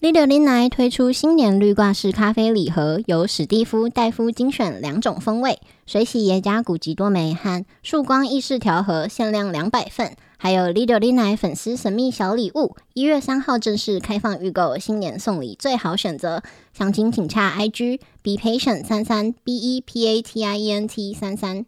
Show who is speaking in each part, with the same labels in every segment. Speaker 1: Leader Lina 推出新年绿挂式咖啡礼盒，由史蒂夫、戴夫精选两种风味，水洗耶加古籍多梅和束光意式调和，限量两百份。还有 Leader Lina 粉丝神秘小礼物，一月三号正式开放预购，新年送礼最好选择。详情请洽 IG be patient 三三 b e p a t i e n t 三三。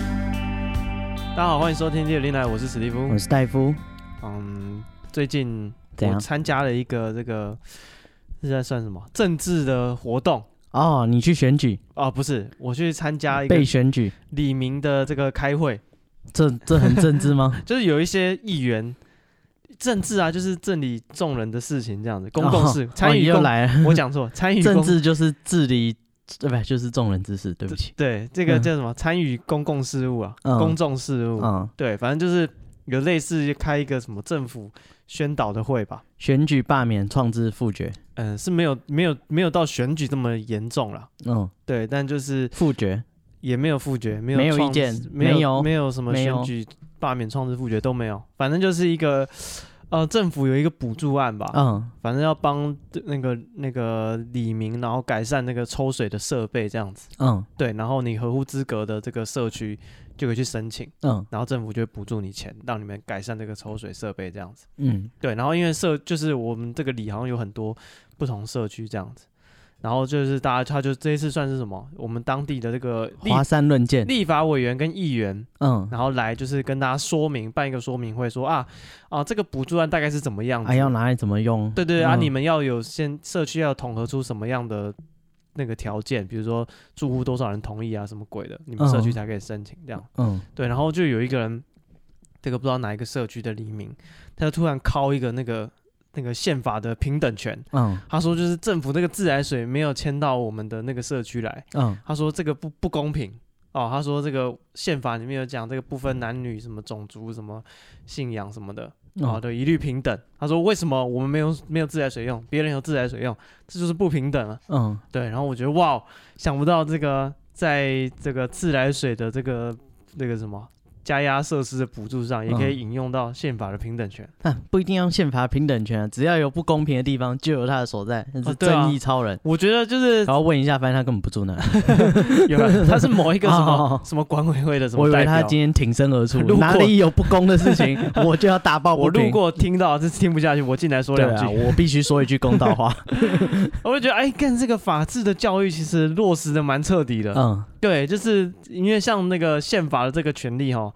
Speaker 2: 大家好，欢迎收听《第六零来》，我是史蒂夫
Speaker 3: 我。是戴夫，
Speaker 2: 嗯，最近
Speaker 3: 怎
Speaker 2: 我
Speaker 3: 样？
Speaker 2: 参加了一个这个这在算什么政治的活动
Speaker 3: 哦，你去选举，
Speaker 2: 哦，不是，我去参加一个
Speaker 3: 被选举，
Speaker 2: 李明的这个开会，
Speaker 3: 这这很政治吗？
Speaker 2: 就是有一些议员政治啊，就是治理众人的事情这样子， 公共事
Speaker 3: 哦哦
Speaker 2: 参
Speaker 3: 你
Speaker 2: 与
Speaker 3: 又
Speaker 2: 公，
Speaker 3: 来了，
Speaker 2: 我讲错，参与公
Speaker 3: 政治就是治理，对不对？就是众人之事，对不起。
Speaker 2: 对这个
Speaker 3: 嗯
Speaker 2: 叫什么参与公共事务啊，
Speaker 3: 嗯
Speaker 2: 公众事务，
Speaker 3: 嗯，
Speaker 2: 对，反正就是有类似开一个什么政府宣导的会吧。
Speaker 3: 选举罢免、创制复决，
Speaker 2: 嗯，是没有没有没有到选举这么严重了，
Speaker 3: 嗯，
Speaker 2: 对，但就是
Speaker 3: 复决，
Speaker 2: 也没有复决，没有
Speaker 3: 没
Speaker 2: 没
Speaker 3: 有意见
Speaker 2: 没
Speaker 3: 没
Speaker 2: 有
Speaker 3: 有
Speaker 2: 没有什么
Speaker 3: 没
Speaker 2: 选
Speaker 3: 有
Speaker 2: 举罢免、创制、复决都没有，反正就是一个呃政府有一个补助案吧，
Speaker 3: 嗯，
Speaker 2: 反正要帮那个那个李明，然后改善那个抽水的设备这样子，
Speaker 3: 嗯，
Speaker 2: 对，然后你合乎资格的这个社区就可以去申请，
Speaker 3: 嗯，
Speaker 2: 然后政府就会补助你钱，让你们改善这个抽水设备这样子。
Speaker 3: 嗯，
Speaker 2: 对，然后因为社就是我们这个里好像有很多不同社区这样子，然后就是大家他就这一次算是什么？我们当地的这个立
Speaker 3: 华山论剑，
Speaker 2: 立法委员跟议员，
Speaker 3: 嗯，
Speaker 2: 然后来就是跟大家说明，办一个说明会说啊啊这个补助案大概是怎么样子？
Speaker 3: 啊还要拿来怎么用？
Speaker 2: 对对对啊，
Speaker 3: 嗯
Speaker 2: 你们要有先社区要统合出什么样的那个条件，比如说住户多少人同意啊，什么鬼的，你们社区
Speaker 3: 嗯
Speaker 2: 才可以申请这样。
Speaker 3: 嗯，
Speaker 2: 对，然后就有一个人，这个不知道哪一个社区的黎明，他就突然敲一个那个那个宪法的平等权，
Speaker 3: 嗯，
Speaker 2: 他说就是政府那个自来水没有迁到我们的那个社区来，
Speaker 3: 嗯，
Speaker 2: 他说这个不不公平哦，他说这个宪法里面有讲这个不分男女什么种族什么信仰什么的，哦，
Speaker 3: 嗯，
Speaker 2: 对，一律平等。他说为什么我们没有没有自来水用，别人有自来水用，这就是不平等啊。
Speaker 3: 嗯，
Speaker 2: 对，然后我觉得哇，想不到这个在这个自来水的这个那个什么加压设施的补助上，也可
Speaker 3: 嗯
Speaker 2: 以引用到宪法的平等权。
Speaker 3: 哼啊不一定用宪法平等权啊，只要有不公平的地方，就有他的所在，那
Speaker 2: 哦
Speaker 3: 是
Speaker 2: 对啊
Speaker 3: 正义超人。
Speaker 2: 我觉得就是
Speaker 3: 然后问一下，发现他根本不住那，
Speaker 2: 有了，他是某一个什么、
Speaker 3: 哦
Speaker 2: 什么管委会的什
Speaker 3: 我
Speaker 2: 么
Speaker 3: 以
Speaker 2: 代
Speaker 3: 为他
Speaker 2: 表。
Speaker 3: 今天挺身而出
Speaker 2: 路，过
Speaker 3: 哪里有不公的 事情，我就要大爆
Speaker 2: 我
Speaker 3: 不平
Speaker 2: 路。过听到，这听不下去，我进来说
Speaker 3: 对
Speaker 2: 两
Speaker 3: 啊，
Speaker 2: 句，
Speaker 3: 我必须说一句公道话。
Speaker 2: 我就觉得，哎，干这个法治的教育其实落实的蛮彻底的。
Speaker 3: 嗯，
Speaker 2: 对，就是因为像那个宪法的这个权利哈，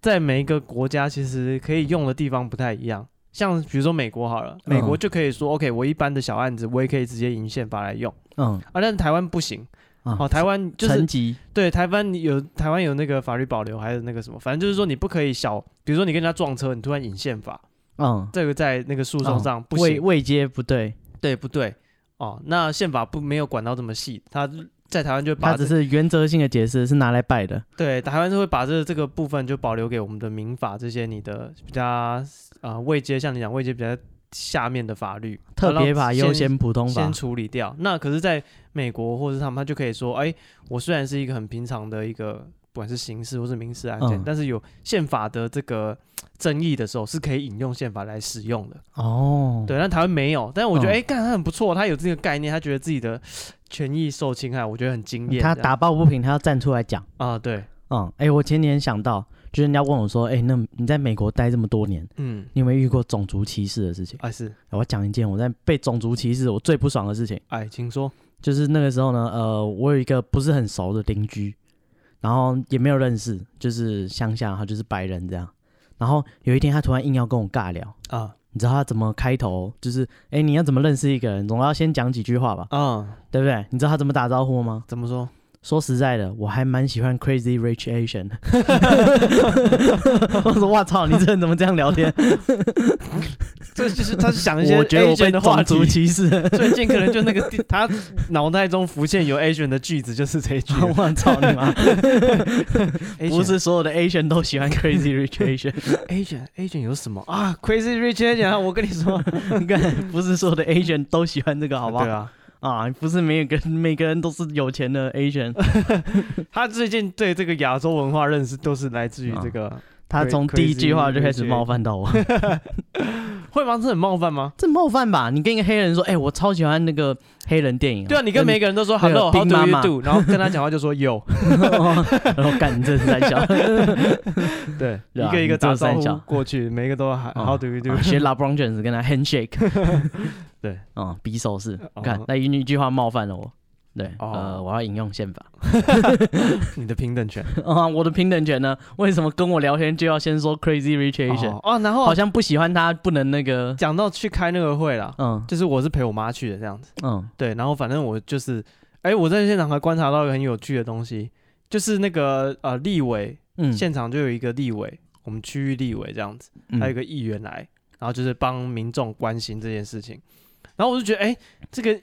Speaker 2: 在每一个国家其实可以用的地方不太一样。像比如说美国好了，美国
Speaker 3: 嗯
Speaker 2: 就可以说、OK，我一般的小案子我也可以直接引宪法来用
Speaker 3: 嗯，
Speaker 2: 啊，但是台湾不行。
Speaker 3: 啊
Speaker 2: 哦，台湾 就
Speaker 3: 层
Speaker 2: 是
Speaker 3: 级，
Speaker 2: 对台湾有台湾有那个法律保留，还有那个什么，反正就是说你不可以小，比如说你跟人家撞车，你突然引宪法，
Speaker 3: 嗯，
Speaker 2: 这个在那个诉讼
Speaker 3: 嗯
Speaker 2: 上哦不
Speaker 3: 位
Speaker 2: 行，
Speaker 3: 位阶不对，
Speaker 2: 对不对？哦，那宪法不没有管到这么细，他在台湾就把
Speaker 3: 它
Speaker 2: 这
Speaker 3: 只是原则性的解释，是拿来拜的。
Speaker 2: 对，台湾是会把这这个部分就保留给我们的民法这些你的比较啊、呃、位阶，像你讲位阶比较下面的法律，
Speaker 3: 特别
Speaker 2: 把
Speaker 3: 法优先普通法
Speaker 2: 先，处理掉。那可是，在美国或者是他们，他就可以说，哎、我虽然是一个很平常的一个，不管是刑事或是民事案件，
Speaker 3: 嗯
Speaker 2: 但是有宪法的这个嘖争议的时候，是可以引用宪法来使用的。
Speaker 3: 哦，
Speaker 2: 对，但台湾没有。但是我觉得，
Speaker 3: 嗯
Speaker 2: 哎、干、他很不错，他有这个概念，他觉得自己的嘖权益受侵害，我觉得很惊艳。
Speaker 3: 嗯他
Speaker 2: 这样
Speaker 3: 打抱不平，他要站出来讲。
Speaker 2: 啊，对，
Speaker 3: 嗯，哎，我前年想到，就是人家问我说，哎，那你在美国待这么多年，
Speaker 2: 嗯，
Speaker 3: 你有没有遇过种族歧视的事情？哎
Speaker 2: 啊是，
Speaker 3: 我讲一件我在被种族歧视我最不爽的事情。
Speaker 2: 哎，请说。
Speaker 3: 就是那个时候呢，呃，我有一个不是很熟的邻居，然后也没有认识，就是乡下，他就是白人这样。然后有一天，他突然硬要跟我尬聊，
Speaker 2: 啊
Speaker 3: 你知道他怎么开头？就是，哎，你要怎么认识一个人，总要先讲几句话吧，
Speaker 2: 啊，
Speaker 3: 对不对？你知道他怎么打招呼吗？
Speaker 2: 怎么说？
Speaker 3: 说实在的，我还蛮喜欢 Crazy Rich Asian。我说哇操，你这人怎么这样聊天？
Speaker 2: 这就是他是想一些
Speaker 3: 我觉得我
Speaker 2: Asian
Speaker 3: 被
Speaker 2: 的话
Speaker 3: 种
Speaker 2: 题
Speaker 3: 族，歧 视。
Speaker 2: 最近可能就那个地他脑袋中浮现有 Asian 的句子就是这一 句，
Speaker 3: 我操你 妈！不
Speaker 2: Asian
Speaker 3: 是所有的 Asian 都喜欢 Crazy Rich Asian，
Speaker 2: Asian Asian 有什么啊？Crazy Rich Asian，啊我跟你 说，
Speaker 3: 你看，不是所有的 Asian 都喜欢这个，好不好？
Speaker 2: 对啊，
Speaker 3: 啊，不是每个每个人都是有钱的 Asian，
Speaker 2: 他最近对这个亚洲文化认识都是来自于这个，
Speaker 3: 他从第一句话就开始
Speaker 2: Crazy
Speaker 3: 冒犯到我，
Speaker 2: 会吗？这很冒犯吗？
Speaker 3: 这冒犯吧？你跟一个黑人说，哎、我超喜欢那个黑人电影、
Speaker 2: 对啊，你跟每个人都说
Speaker 3: 那个
Speaker 2: Hello，How do
Speaker 3: 冰妈
Speaker 2: you
Speaker 3: 妈
Speaker 2: do？然后跟他讲话就 说有，
Speaker 3: 然后干，你这是在 笑，
Speaker 2: 对，一
Speaker 3: 对啊
Speaker 2: 个一个
Speaker 3: 你这
Speaker 2: 打招
Speaker 3: 个三
Speaker 2: 呼
Speaker 3: 小
Speaker 2: 过去，每个都 How
Speaker 3: 哦
Speaker 2: how do you do？
Speaker 3: 啊学 LeBron James 跟他 handshake，
Speaker 2: 对，
Speaker 3: 啊，比手势
Speaker 2: 哦，
Speaker 3: 看那一一句话冒犯了我。对，
Speaker 2: 哦
Speaker 3: 呃，我要引用宪法
Speaker 2: 你的平等权
Speaker 3: 啊，我的平等权呢？为什么跟我聊天就要先说 crazy rich Asian？
Speaker 2: 哦哦，然后
Speaker 3: 好像不喜欢他不能那个，
Speaker 2: 讲到去开那个会啦，
Speaker 3: 嗯
Speaker 2: 就是我是陪我妈去的这样子。
Speaker 3: 嗯，
Speaker 2: 对，然后反正我就是，哎，我在现场还观察到一个很有趣的东西，就是那个呃立委，
Speaker 3: 嗯，
Speaker 2: 现场就有一个立委，我们区域立委这样子，
Speaker 3: 嗯
Speaker 2: 还有一个议员来，然后就是帮民众关心这件事情。然后我就觉得，哎，这个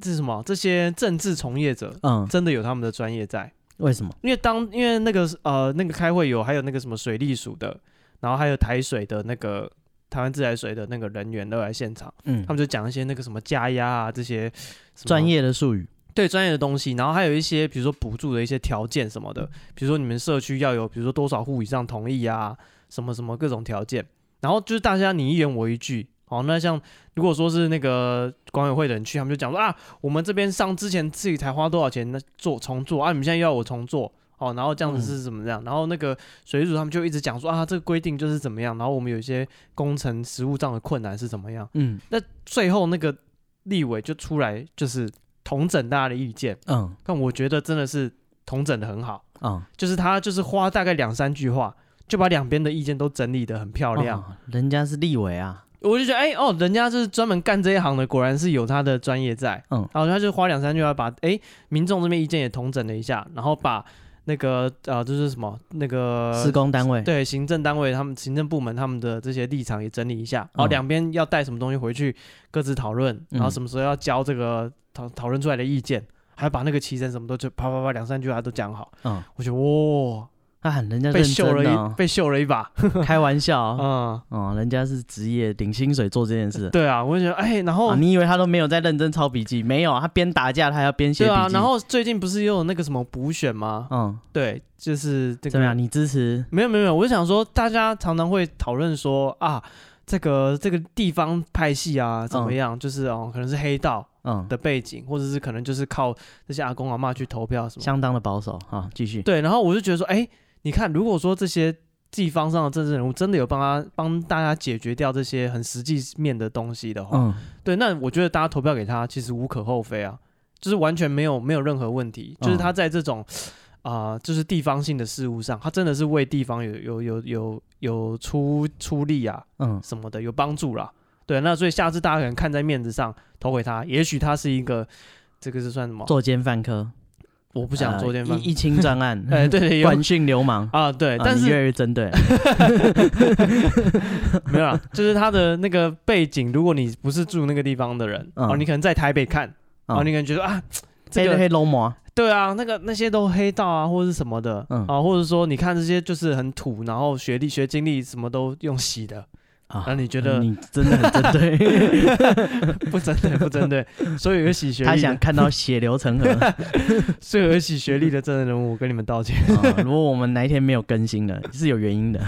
Speaker 2: 这是什么？这些政治从业者
Speaker 3: 嗯，
Speaker 2: 真的有他们的专业在，
Speaker 3: 为什么？
Speaker 2: 因为当因为那个呃那个开会有还有那个什么水利署的，然后还有台水的那个台湾自来水的那个人员都来现场，
Speaker 3: 嗯
Speaker 2: 他，们就讲一些那个什么加压啊这些什么
Speaker 3: 专业的术语，
Speaker 2: 对专业的东西，然后还有一些比如说补助的一些条件什么的，
Speaker 3: 嗯
Speaker 2: 比如说你们社区要有比如说多少户以上同意啊，什么什么各种条件，然后就是大家你一言我一句。好，那像如果说是那个管委会的人去，他们就讲说啊，我们这边上之前自己才花多少钱，那做重做啊，你们现在又要我重做，哦，然后这样
Speaker 3: 嗯
Speaker 2: 子是怎么样？然后那个水主他们就一直讲说啊，这个规定就是怎么样，然后我们有一些工程实务上的困难是怎么样。
Speaker 3: 嗯
Speaker 2: 那最后那个立委就出来，就是同整大家的意见，
Speaker 3: 嗯
Speaker 2: 但我觉得真的是同整的很好，
Speaker 3: 啊，
Speaker 2: 就是他就是花大概两三句话，就把两边的意见都整理的很漂亮。
Speaker 3: 哦人家是立委啊，
Speaker 2: 我就觉得，哎、哦，人家就是专门干这一行的，果然是有他的专业在。
Speaker 3: 嗯
Speaker 2: 然后他就花两三句话把，哎、民众这边意见也统整了一下，然后把那个呃，就是什么那个
Speaker 3: 施工单位，
Speaker 2: 呃对行政单位他们行政部门他们的这些立场也整理一下，然后
Speaker 3: 嗯
Speaker 2: 两边要带什么东西回去各自讨论，然后什么时候要交这个讨讨论出来的意见，还把那个期程什么都就啪啪啪两三句话都讲好，
Speaker 3: 嗯，
Speaker 2: 我觉得哇、
Speaker 3: 啊，人家
Speaker 2: 被
Speaker 3: 认
Speaker 2: 秀了
Speaker 3: 真
Speaker 2: 一、
Speaker 3: 的哦，
Speaker 2: 被秀了一 把，
Speaker 3: 开玩笑哦，
Speaker 2: 嗯，
Speaker 3: 哦，人家是职业领薪水做这件事。
Speaker 2: 对啊，我就觉得哎，然后、
Speaker 3: 啊，你以为他都没有在认真抄笔记？没有，他边打架他还要边写
Speaker 2: 对
Speaker 3: 笔记。
Speaker 2: 啊，然后最近不是又有那个什么补选吗？
Speaker 3: 嗯，
Speaker 2: 对，就是这个
Speaker 3: 怎么样？你支持？
Speaker 2: 没有没有没有，我想说，大家常常会讨论说啊，这个这个地方派系啊怎么样，就是哦，可能是黑道
Speaker 3: 嗯，
Speaker 2: 的背景，或者是可能就是靠这些阿公阿妈去投票什么。
Speaker 3: 相当的保守啊。继续。
Speaker 2: 对，然后我就觉得说，哎，你看，如果说这些地方上的政治人物真的有帮他帮大家解决掉这些很实际面的东西的话，
Speaker 3: 嗯，
Speaker 2: 对，那我觉得大家投票给他其实无可厚非啊，就是完全没有没有任何问题，就是他在这种啊、就是地方性的事物上，他真的是为地方有有有有有出出力啊
Speaker 3: 嗯，
Speaker 2: 什么的，有帮助啦。对，那所以下次大家可能看在面子上投给他，也许他是一个这个是算什么？
Speaker 3: 作奸犯科，
Speaker 2: 我不
Speaker 3: 不
Speaker 2: 想做奸犯，，
Speaker 3: 呃一一清专案
Speaker 2: 哎、 对对有
Speaker 3: 管训流氓。
Speaker 2: 啊，对，
Speaker 3: 啊
Speaker 2: 但
Speaker 3: 你越
Speaker 2: 是
Speaker 3: 来越针对了。
Speaker 2: 没有啦，就是他的那个背景，如果你不是住那个地方的人，
Speaker 3: 嗯
Speaker 2: 哦，你可能在台北看，
Speaker 3: 嗯
Speaker 2: 哦，你可能觉得啊，这
Speaker 3: 黑
Speaker 2: 个
Speaker 3: 黑龙魔，
Speaker 2: 对啊，那个那些都黑道啊，或者是什么的，
Speaker 3: 嗯
Speaker 2: 啊，或者说你看这些就是很土，然后学历、学经历什么都用洗的，
Speaker 3: 啊
Speaker 2: 那、你觉得
Speaker 3: 你真的很针 对？
Speaker 2: 不针对不针对，所以有洗学
Speaker 3: 他
Speaker 2: 历
Speaker 3: 想
Speaker 2: 的，
Speaker 3: 看到血流成 河。
Speaker 2: 所以有洗学历的真人人物，我跟你们道歉，
Speaker 3: 啊如果我们哪一天没有更新了，是有原因的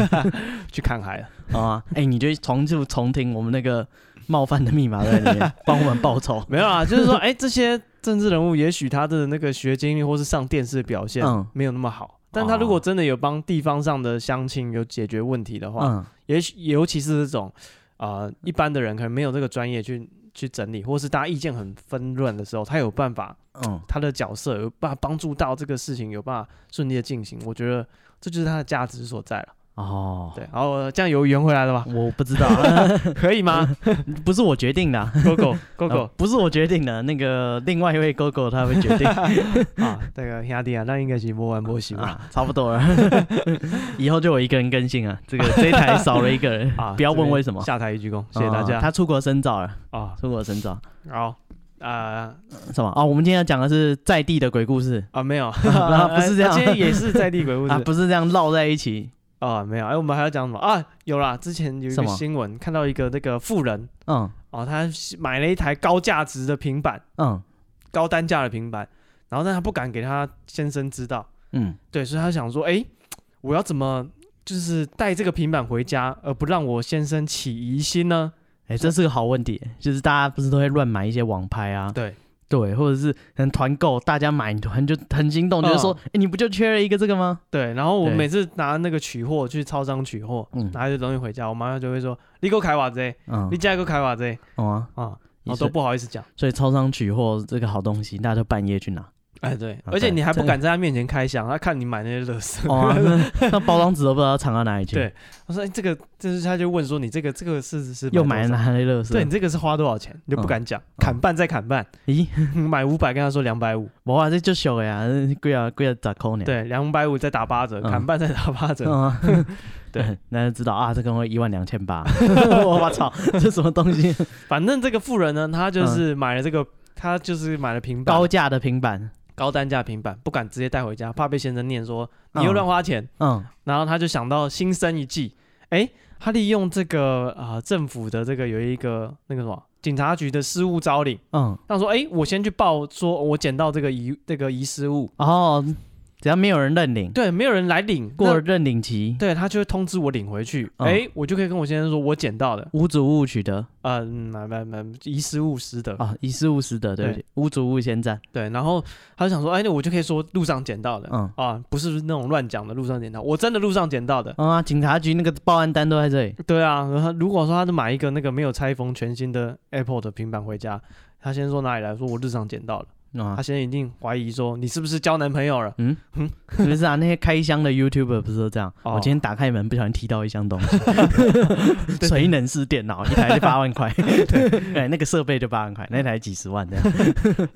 Speaker 2: 去看海了。
Speaker 3: 啊。哎，你就重复重听我们那个冒犯的密码在里面，帮我们报仇。
Speaker 2: 没有啊，就是说，哎、这些政治人物，也许他的那个学经历或是上电视的表现
Speaker 3: 嗯
Speaker 2: 没有那么好，但他如果真的有帮地方上的乡亲有解决问题的话，
Speaker 3: 嗯
Speaker 2: 也许尤其是这种啊、呃一般的人可能没有这个专业去去整理，或是大家意见很纷乱的时候，他有办法，
Speaker 3: 嗯，
Speaker 2: 他的角色有办法帮助到这个事情有办法顺利的进行，我觉得这就是他的价值所在了。
Speaker 3: 哦，
Speaker 2: 对，好，我这样有圆回来了吧？
Speaker 3: 我不知道啊，
Speaker 2: 可以吗
Speaker 3: 不是我决定的啊，
Speaker 2: ？Go
Speaker 3: 呃
Speaker 2: Go
Speaker 3: 不是我决定的，那个另外一位 GoGo 他会决定
Speaker 2: Go 啊，这个兄弟啊，那应该是摸完摸洗吧？
Speaker 3: 啊，差不多了， 以后就我一个人更新啊，这个这一台少了一个人
Speaker 2: 啊，
Speaker 3: 不要
Speaker 2: 这边
Speaker 3: 问为什么
Speaker 2: 下台一鞠躬，谢谢大
Speaker 3: 哦
Speaker 2: 家
Speaker 3: 他出国深造了，
Speaker 2: 啊。
Speaker 3: 出国深造
Speaker 2: 好啊
Speaker 3: 什么？哦，我们今天要讲的是在地的鬼故事
Speaker 2: 啊， 没有，
Speaker 3: 不 是这样
Speaker 2: 今天也是在地鬼屋
Speaker 3: 啊， 不是这样绕在一起
Speaker 2: 啊，没有。哎，我们还要讲什么啊？有啦，之前有一
Speaker 3: 什
Speaker 2: 个
Speaker 3: 么
Speaker 2: 新闻看到一个那个富人
Speaker 3: 嗯
Speaker 2: 哦，他买了一台高价值的平板，
Speaker 3: 嗯
Speaker 2: 高单价的平板，然后但他不敢给他先生知道，
Speaker 3: 嗯
Speaker 2: 对，所以他想说，哎，我要怎么就是带这个平板回家，而不让我先生起疑心呢？
Speaker 3: 哎、这是个好问题，就是大家不是都会乱买一些网拍啊，
Speaker 2: 对，
Speaker 3: 对，或者是很团购，大家买团就很心动，就是说，哎、你不就缺了一个这个吗？
Speaker 2: 对，然后我
Speaker 3: 对
Speaker 2: 每次拿那个取货去超商取货，
Speaker 3: 嗯
Speaker 2: 拿一些东西回家，我妈就会说，你给我开瓦子，
Speaker 3: 嗯
Speaker 2: 你，家给我开瓦子
Speaker 3: 哦、啊，
Speaker 2: 啊，
Speaker 3: 也
Speaker 2: 我
Speaker 3: 是
Speaker 2: 都不好意思讲。
Speaker 3: 所以超商取货这个好东西，大家都半夜去拿。
Speaker 2: 哎，对，
Speaker 3: 啊
Speaker 2: 而且
Speaker 3: 对
Speaker 2: 你还不
Speaker 3: 真的
Speaker 2: 敢在他面前开箱，他看你买那些垃圾。
Speaker 3: 哦、啊，那那包装纸都不知道藏到哪里去。
Speaker 2: 对我说、哎这个，这是他就问说你这个这个是是
Speaker 3: 又买了
Speaker 2: 了？
Speaker 3: 哪里乐色？
Speaker 2: 对你，这个是花多少钱？你就不
Speaker 3: 嗯
Speaker 2: 敢讲，砍半再砍 半，
Speaker 3: 咦，
Speaker 2: 买五百跟他说两百五，
Speaker 3: 我啊这就小的呀，贵啊贵啊咋扣呢？，
Speaker 2: 对，两百五再打八折，
Speaker 3: 嗯
Speaker 2: 砍半再打八折，
Speaker 3: 嗯、啊，
Speaker 2: 对，
Speaker 3: 那就知道啊，这个会一万两千八。我操，这什么东西？
Speaker 2: 反正这个富人呢，他就是买了这个，他就是买了平板
Speaker 3: 嗯高价的平板，
Speaker 2: 高单价平板，不敢直接带回家，怕被先生念说你又乱花钱。
Speaker 3: 嗯
Speaker 2: 然后他就想到心生一计，哎，他利用这个啊、呃政府的这个有一个那个什么警察局的失物招领，
Speaker 3: 嗯，
Speaker 2: 他说哎，我先去报说我捡到这个遗这个遗失物，
Speaker 3: 然后嗯哦只要没有人认领，
Speaker 2: 对，没有人来领
Speaker 3: 过了
Speaker 2: 那
Speaker 3: 认领期，
Speaker 2: 对他就会通知我领回去，
Speaker 3: 嗯
Speaker 2: 哎、我就可以跟我先生说我捡到的，
Speaker 3: 无主物取得
Speaker 2: 呃嗯，买买买遗失物失得，
Speaker 3: 啊，以失物失德，对不起，无主物先占。
Speaker 2: 对，然后他就想说，哎，那我就可以说路上捡到的，
Speaker 3: 嗯
Speaker 2: 啊，不是那种乱讲的路上捡到，我真的路上捡到的。
Speaker 3: 嗯啊，警察局那个报案单都 在这里。
Speaker 2: 对啊，然后如果说他就买一个那个没有拆封全新的 Apple 的平板回家，他先说哪里来说我路上捡到了，
Speaker 3: 啊
Speaker 2: 他，现在一定怀疑说你是不是交男朋友了？
Speaker 3: 不是啊，那些开箱的 YouTuber 不是都这样？
Speaker 2: 哦
Speaker 3: 我今天打开门不小心踢到一箱东 西，谁能是电脑？一台就八万块， 对，那个设备就八万块，那台几十万这样。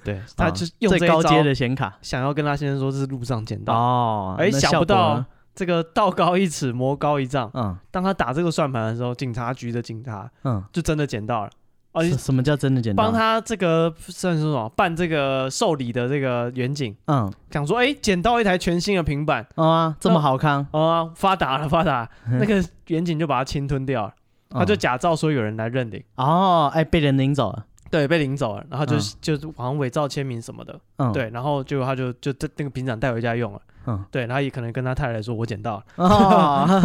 Speaker 2: 对，他就
Speaker 3: 啊
Speaker 2: 用这
Speaker 3: 最
Speaker 2: 一招
Speaker 3: 高阶的显卡
Speaker 2: 想要跟他先生说这是路上捡到，
Speaker 3: 哦，
Speaker 2: 哎、
Speaker 3: 那
Speaker 2: 想
Speaker 3: 效
Speaker 2: 不
Speaker 3: 果
Speaker 2: 到
Speaker 3: 呢，
Speaker 2: 这个道高一尺魔高一丈，
Speaker 3: 嗯
Speaker 2: 当他打这个算盘的时候，警察局的警察
Speaker 3: 嗯，
Speaker 2: 就真的捡到了，而且
Speaker 3: 什什么叫真的简单？
Speaker 2: 哦帮他这个算是什么办这个受理的这个远景，
Speaker 3: 嗯
Speaker 2: 想说哎、捡到一台全新的平板
Speaker 3: 哦啊，这么好康，
Speaker 2: 啊、发达了发 达，那个远景就把它侵吞掉了，他就
Speaker 3: 嗯
Speaker 2: 假造说有人来认领，
Speaker 3: 哦，哎，被人领走了。
Speaker 2: 对，被领走了，然后就、
Speaker 3: 嗯
Speaker 2: 就是好像伪造签名什么的，
Speaker 3: 嗯，
Speaker 2: 对，然后就他就就这那个平板带回家用了，
Speaker 3: 嗯
Speaker 2: 对，然后也可能跟他太太说我捡到了，
Speaker 3: 哦，
Speaker 2: 啊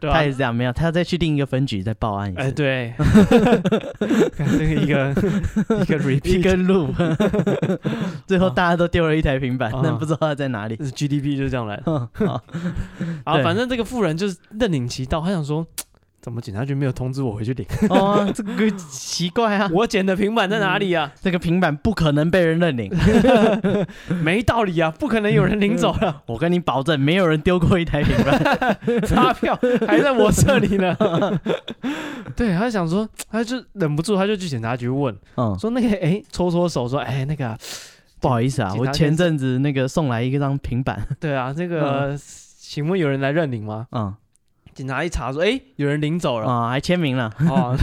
Speaker 2: 对吧、啊
Speaker 3: 他也是这样，没有，他再去另一个分局再报案一
Speaker 2: 哎、
Speaker 3: 次，
Speaker 2: 对，看 这个一个一个 repeat
Speaker 3: 一根 路，最后大家都丢了一台平板，
Speaker 2: 啊
Speaker 3: 但不知道他在哪里。哦
Speaker 2: GDP 就这样来的。
Speaker 3: 好
Speaker 2: 啊，
Speaker 3: 对
Speaker 2: 反正这个富人就是认领其到，他想说，怎么警察局没有通知我回去 领？
Speaker 3: 哦，这个奇怪啊，
Speaker 2: 我捡的平板在哪里啊？
Speaker 3: 这个平板不可能被人认领，
Speaker 2: 没道理啊，不可能有人领走啊了，
Speaker 3: 我跟你保证，没有人丢过一台平 板。
Speaker 2: 发票还在我这里呢。对，他想说，他就忍不住，他就去警察局问，
Speaker 3: 嗯，
Speaker 2: 说那个，哎，搓搓手，说，哎，那个啊，
Speaker 3: 不好意思啊，
Speaker 2: 警察
Speaker 3: 我前阵子那个送来一张平板，
Speaker 2: 对啊，那个，请问有人来认领吗？
Speaker 3: 嗯
Speaker 2: 警察一查说，哎，有人领走了，
Speaker 3: 啊，还签名了，
Speaker 2: 哦，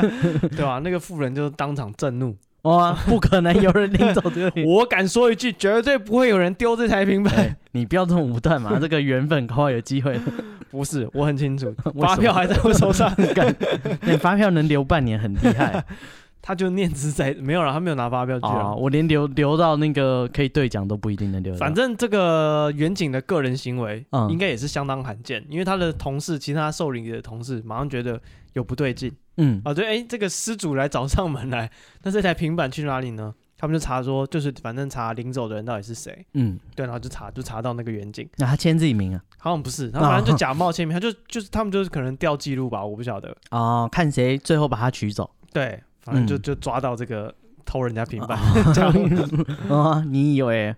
Speaker 2: 对吧？那个富人就当场震怒，
Speaker 3: 哇，哦不可能有人领走这个。
Speaker 2: 我敢说一句，绝对不会有人丢这台平板。
Speaker 3: 哎，你不要这么武断 嘛，这个缘分搞不好有机会。
Speaker 2: 不是，我很清楚
Speaker 3: 为什，么
Speaker 2: 发票还在我手上。
Speaker 3: 干那发票能留半年很厉 害
Speaker 2: 他就念兹在没有了，他没有拿发票去
Speaker 3: 啊！
Speaker 2: 了。
Speaker 3: 我连留留到那个可以兑奖都不一定能留得到。
Speaker 2: 反正这个远景的个人行为，
Speaker 3: 啊嗯
Speaker 2: 应该也是相当罕见，因为他的同事，其他受理的同事，马上觉得有不对劲
Speaker 3: 嗯
Speaker 2: 啊，对，哎，这个失主来找上门来， 那这台平板去哪里呢？他们就查说，就是反正查领走的人到底是谁，
Speaker 3: 嗯，
Speaker 2: 对，然后就查就查到那个远景，
Speaker 3: 那他签自己名啊？
Speaker 2: 好像不是，他反正就假冒签名，他就就是他们就是可能调记录吧，我不晓得，
Speaker 3: 哦，看谁最后把他取走。
Speaker 2: 对，反正就
Speaker 3: 嗯
Speaker 2: 就抓到这个偷人家平 板，
Speaker 3: 啊，你以为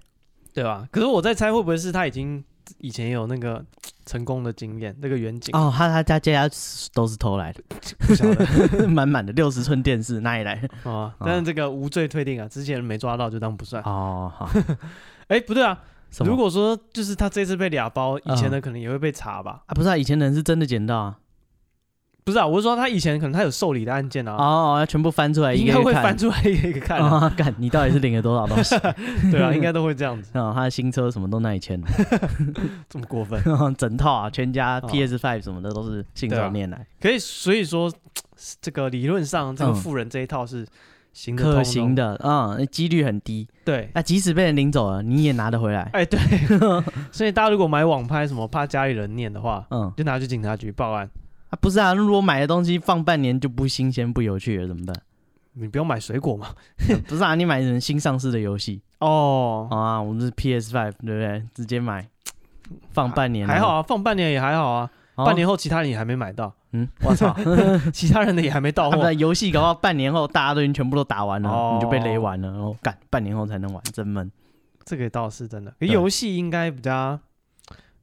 Speaker 2: 对吧？可是我在猜，会不会是他已经以前也有那个成功的经验，那个远景、
Speaker 3: 哦，他他家家家都是偷 来
Speaker 2: 不晓得
Speaker 3: 的，满满的六十寸电视哪里来的？
Speaker 2: 啊，但是这个无罪推定啊，之前没抓到就当不算。
Speaker 3: 哦，好，
Speaker 2: 哎、不对啊，
Speaker 3: 什么
Speaker 2: 如果说就是他这次被俩包，以前的可能也会被查吧？
Speaker 3: 啊，不是啊，以前人是真的捡到啊，
Speaker 2: 不是啊，我是说他以前可能他有受理的案件啊，
Speaker 3: 哦，要全部翻出来一
Speaker 2: 应
Speaker 3: 个
Speaker 2: 该
Speaker 3: 一个
Speaker 2: 会
Speaker 3: 看
Speaker 2: 翻出来一个一个看、啊，
Speaker 3: 啊，干、你到底是领了多少东西？
Speaker 2: 对啊，应该都会这样子，
Speaker 3: 啊，他的新车什么都那里签的，
Speaker 2: 这么过分。
Speaker 3: 整套啊，全家
Speaker 2: 哦
Speaker 3: PS Five 什么的都是信
Speaker 2: 对啊
Speaker 3: 手拈来，
Speaker 2: 可以，所以说这个理论上这个
Speaker 3: 嗯
Speaker 2: 富人这一套是行得通哦
Speaker 3: 可行，的，嗯，几率很低。啊
Speaker 2: 对。
Speaker 3: 那、即使被人领走了，你也拿得回来，
Speaker 2: 哎、对，所以大家如果买网拍什么，怕家里人念的话，
Speaker 3: 嗯，
Speaker 2: 就拿去警察局报案。
Speaker 3: 啊，不是啊，如果买的东西放半年就不新鲜不有趣了，怎么办？
Speaker 2: 你不用买水果嘛？
Speaker 3: 不是啊，你买什么新上市的游戏
Speaker 2: 哦，
Speaker 3: 啊？我们是 PS Five，对不对？直接买，放半年
Speaker 2: 还好啊，放半年也还好啊，
Speaker 3: 哦
Speaker 2: 半年后其他人也还没买到，
Speaker 3: 嗯，
Speaker 2: 我操，其他人的也还没到
Speaker 3: 啊不
Speaker 2: 货
Speaker 3: 然游戏搞到半年后大家都已经全部都打完了，
Speaker 2: 哦
Speaker 3: 你就被雷完了，然后干半年后才能玩，真闷。
Speaker 2: 这个倒是真的。可
Speaker 3: 对
Speaker 2: 游戏应该比较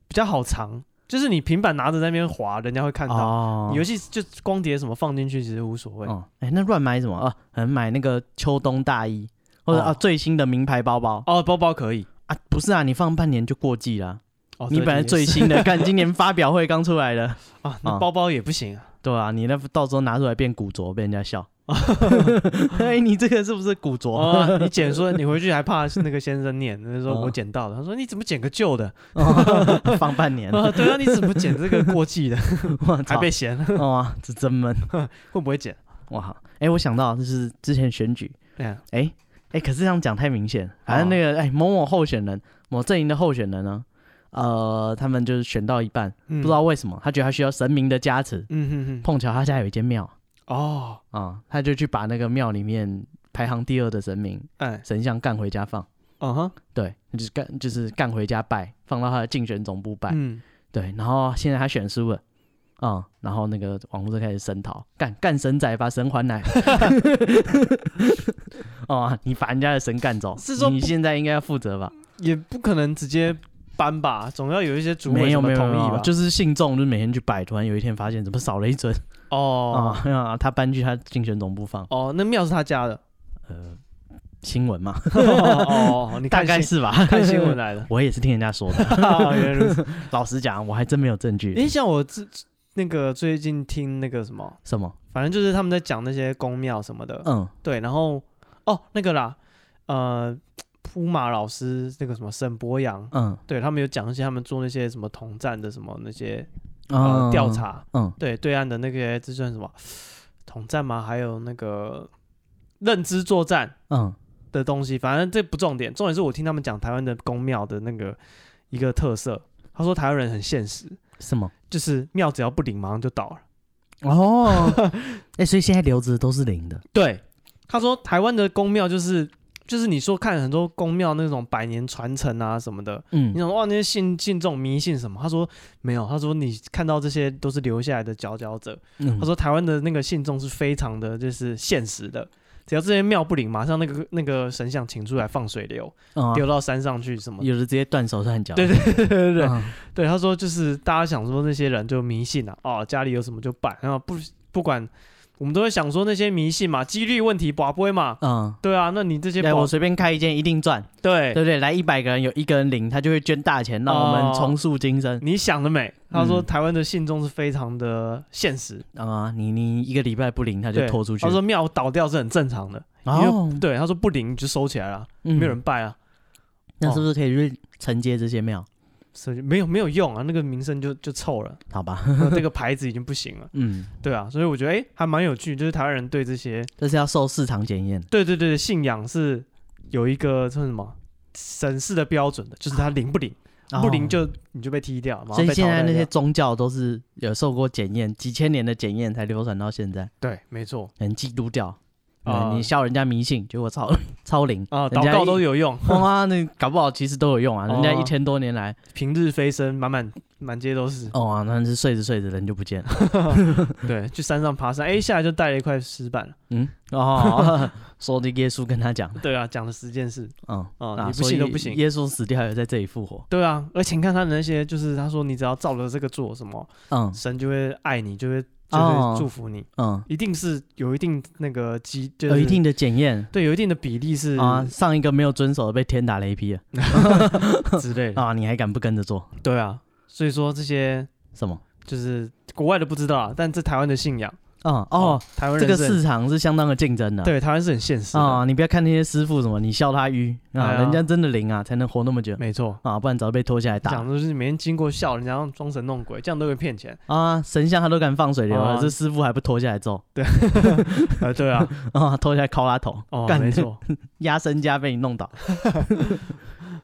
Speaker 2: 比较好藏，就是你平板拿着在那边滑，人家会看到。
Speaker 3: 哦
Speaker 2: 你游戏就光碟什么放进去其实无所谓。
Speaker 3: 哦，哎、那乱买什么啊？可能买那个秋冬大衣，或者、
Speaker 2: 哦
Speaker 3: 啊最新的名牌包包
Speaker 2: 哦，包包可以。
Speaker 3: 啊？不是啊，你放半年就过季啦、
Speaker 2: 哦，
Speaker 3: 你
Speaker 2: 对
Speaker 3: 本来
Speaker 2: 也
Speaker 3: 最
Speaker 2: 是
Speaker 3: 新的，看今年发表会刚出来的，
Speaker 2: 啊，那
Speaker 3: 啊
Speaker 2: 包包也不行 啊。
Speaker 3: 对啊，你那到时候拿出来变古着，被人 家笑。哎、你这个是不是古着？
Speaker 2: 哦，你捡说你回去还怕那个先生念， 那时候
Speaker 3: 哦
Speaker 2: 我捡到了，他说你怎么捡个旧的？
Speaker 3: 放半 年，
Speaker 2: 啊，对啊，你怎么捡这个过季 的？
Speaker 3: 我
Speaker 2: 还
Speaker 3: 操！
Speaker 2: 被嫌，
Speaker 3: 哇，这真闷！
Speaker 2: 会不会捡？
Speaker 3: 哇，哎、我想到就是之前选举，
Speaker 2: 对啊，
Speaker 3: 哎、哎、可是这样讲太明显。反正那
Speaker 2: 哦
Speaker 3: 个哎、某某候选人，某阵营的候选人呢，呃，他们就是选到一半，
Speaker 2: 不
Speaker 3: 不知道为什么，他觉得他需要神明的加持。
Speaker 2: 嗯哼哼，
Speaker 3: 碰巧他家有一间庙
Speaker 2: 哦，
Speaker 3: 啊、他就去把那个庙里面排行第二的神明
Speaker 2: 哎，
Speaker 3: 神像干回家放，
Speaker 2: 嗯哼，
Speaker 3: 对，就是干就是干回家拜，放到他的竞选总部拜。
Speaker 2: 嗯，
Speaker 3: 对，然后现在他选输了。啊、然后那个网络就开始声讨，干干神仔把神还来， 哦，你把人家的神干走，
Speaker 2: 是说
Speaker 3: 你
Speaker 2: 不
Speaker 3: 现在应该要负责吧？
Speaker 2: 也不可能直接搬吧，总要有一些主委
Speaker 3: 没有
Speaker 2: 什么
Speaker 3: 没有
Speaker 2: 同
Speaker 3: 没
Speaker 2: 意
Speaker 3: 有
Speaker 2: 吧？
Speaker 3: 就是信众就是每天去拜，突然有一天发现怎么少了一尊
Speaker 2: 哦
Speaker 3: 啊、 啊他搬去他竞选总部放，
Speaker 2: 哦，那庙是他 家的
Speaker 3: 呃，新闻 嘛，
Speaker 2: 哦，你
Speaker 3: 大
Speaker 2: 看
Speaker 3: 概
Speaker 2: 新
Speaker 3: 是吧？
Speaker 2: 看新闻，来的
Speaker 3: 。我也是听人家说的。
Speaker 2: 啊原来如此。
Speaker 3: 老实讲，我还真没有证据。
Speaker 2: 诶，像我之那个最近听那个什么，
Speaker 3: 什么？
Speaker 2: 反正就是他们在讲那些宫庙什么的，
Speaker 3: 嗯，
Speaker 2: 对，然后哦那个啦，呃。铺马老师那个什么沈博洋，
Speaker 3: 嗯
Speaker 2: 对他们有讲一些他们做那些什么统战的什么那些呃
Speaker 3: 嗯，
Speaker 2: 调查，
Speaker 3: 嗯，
Speaker 2: 对对岸的那个这算什么统战吗？还有那个认知作战
Speaker 3: 嗯
Speaker 2: 的东西，反正这不重点，重点是我听他们讲台湾的宫庙的那个一个特色。他说台湾人很现实，
Speaker 3: 什么？
Speaker 2: 就是庙只要不灵，马上就倒了。
Speaker 3: 哦，哎、所以现在留着都是零的。
Speaker 2: 对，他说台湾的宫庙就是就是你说看很多宫庙那种百年传承啊什么的，
Speaker 3: 嗯
Speaker 2: 你，想哇那些信信这种迷信什么？他说没有，他说你看到这些都是留下来的佼佼者，
Speaker 3: 嗯
Speaker 2: 他说台湾的那个信众是非常的就是现实的，只要这些庙不灵，马上那个那个神像请出来放水流，
Speaker 3: 嗯啊
Speaker 2: 丢到山上去什么的。
Speaker 3: 有的直接断手断脚。
Speaker 2: 对 对对对对
Speaker 3: 嗯
Speaker 2: 对，他说就是大家想说那些人就迷信啊，哦家里有什么就拜，然后不不管我们都会想说那些迷信嘛，几率问题把不会嘛，
Speaker 3: 嗯，
Speaker 2: 对啊，那你这些
Speaker 3: 来
Speaker 2: 保
Speaker 3: 我随便开一间一定赚，
Speaker 2: 对
Speaker 3: 对不对？来一百个人有一个人零，他就会捐大钱，让我们
Speaker 2: 哦
Speaker 3: 重塑今生。
Speaker 2: 你想得美，他说
Speaker 3: 嗯
Speaker 2: 台湾的信众是非常的现实，
Speaker 3: 啊、你你一个礼拜不灵，他就
Speaker 2: 哦对
Speaker 3: 拖出去。
Speaker 2: 他说庙倒掉是很正常的，
Speaker 3: 哦嗯
Speaker 2: 因为，对，他说不灵就收起来了，
Speaker 3: 没
Speaker 2: 没有人哦拜啊，
Speaker 3: 那是不是可以去承接这些庙？
Speaker 2: 所以没有没有用啊，那个名声就就臭 了，
Speaker 3: 好吧，
Speaker 2: 这个牌子已经不行了，
Speaker 3: 嗯，
Speaker 2: 对啊，所以我觉得哎、诶还蛮有趣，就是台湾人对这些，
Speaker 3: 这是要受市场检验。
Speaker 2: 对对对，信仰是有一个算什么审视的标准的，就是它灵不灵，不灵就你就被踢掉，马
Speaker 3: 哦所
Speaker 2: 上
Speaker 3: 以
Speaker 2: 被淘
Speaker 3: 现在
Speaker 2: 汰
Speaker 3: 那些
Speaker 2: 掉。
Speaker 3: 宗教都是有受过检验，几千年的检验才流传到现在。
Speaker 2: 对，没错，
Speaker 3: 嗯，基督教呃
Speaker 2: 啊
Speaker 3: 你笑人家迷信，结果超超灵
Speaker 2: 啊，
Speaker 3: 人
Speaker 2: 祷
Speaker 3: 家
Speaker 2: 告都
Speaker 3: 一。
Speaker 2: 有用，
Speaker 3: 哇，那搞不好其实都有用啊！人家一
Speaker 2: 哦
Speaker 3: 千多年来，
Speaker 2: 平日飞升，满满满街都 是。
Speaker 3: 哦啊，那是睡着睡着人就不见了。
Speaker 2: 对，去山上爬山，哎、下来就带了一块石板了。
Speaker 3: 嗯，哦， 说的耶稣跟他讲的，
Speaker 2: 对啊，讲了十件事。
Speaker 3: 嗯，
Speaker 2: 哦
Speaker 3: 啊
Speaker 2: 你不
Speaker 3: 所
Speaker 2: 信都
Speaker 3: 以
Speaker 2: 不行
Speaker 3: 耶稣死掉也在这里复活。
Speaker 2: 对啊，而且你看他的那些，就是他说你只要照着这个做什么，
Speaker 3: 嗯
Speaker 2: 神就会爱你，就会就
Speaker 3: 哦
Speaker 2: 会祝福你，
Speaker 3: 嗯，
Speaker 2: 一定是有一定那个基，就是、
Speaker 3: 呃有一定的检验
Speaker 2: 对有一定的比例是
Speaker 3: 啊，上一个没有遵守的被天打雷劈了
Speaker 2: 之类的。
Speaker 3: 啊，你还敢不跟着做
Speaker 2: 对啊，所以说这些
Speaker 3: 什么？
Speaker 2: 就是国外的不知道啊，但这台湾的信仰
Speaker 3: 嗯哦，，
Speaker 2: 台湾
Speaker 3: 这
Speaker 2: 人
Speaker 3: 个
Speaker 2: 是很
Speaker 3: 市场是相当的竞争的。
Speaker 2: 对台湾是很现实的，
Speaker 3: 啊，你不要看那些师傅什么，你笑他愚啊，
Speaker 2: 哎呀
Speaker 3: 人家真的灵啊，才能活那么久
Speaker 2: 没错。
Speaker 3: 啊，不然早被拖下来打
Speaker 2: 讲的就是每天经过笑人家装神弄鬼，这样都会骗 钱。
Speaker 3: 啊。神像他都敢放水流了，
Speaker 2: 啊
Speaker 3: 这师傅还不拖下来揍
Speaker 2: 呃，对啊，
Speaker 3: 啊，拖下来敲他头，
Speaker 2: 哦，
Speaker 3: 干
Speaker 2: 没 错，
Speaker 3: 压身家被你弄倒。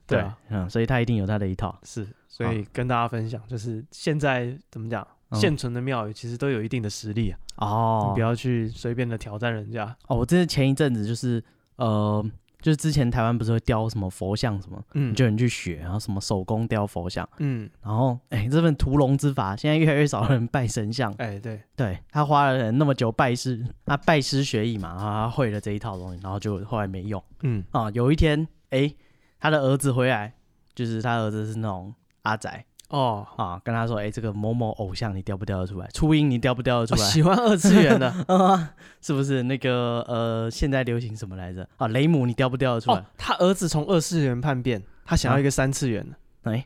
Speaker 2: 对啊，
Speaker 3: 嗯，所以他一定有他的一套。
Speaker 2: 是，所以跟大家分享，就是现在怎么讲，
Speaker 3: 嗯
Speaker 2: 现存的庙宇其实都有一定的实力啊，
Speaker 3: 哦
Speaker 2: 你不要去随便的挑战人家。
Speaker 3: 哦，我真的前一阵子就是呃，就是之前台湾不是会雕什么佛像什么，
Speaker 2: 嗯，
Speaker 3: 就有人去学，然后什么手工雕佛像，
Speaker 2: 嗯，
Speaker 3: 然后哎，这份屠龙之法现在越来越少人拜神像，
Speaker 2: 哎，对，
Speaker 3: 对他花了那么久拜师，他拜师学艺嘛，然后他会了这一套东西，然后就后来没用
Speaker 2: 嗯，
Speaker 3: 啊。有一天，哎，他的儿子回来，就是他儿子是那种阿仔
Speaker 2: 哦，
Speaker 3: 啊，跟他说，哎，这个某某偶像你雕不雕得出来？初音你雕不雕得出
Speaker 2: 哦
Speaker 3: 来？
Speaker 2: 喜欢二次元的
Speaker 3: 啊，是不是那个呃，现在流行什么来着？啊，雷姆，你雕不 雕得出来
Speaker 2: 哦？，他儿子从二次元叛变，他想要一个三次元的。
Speaker 3: 哎、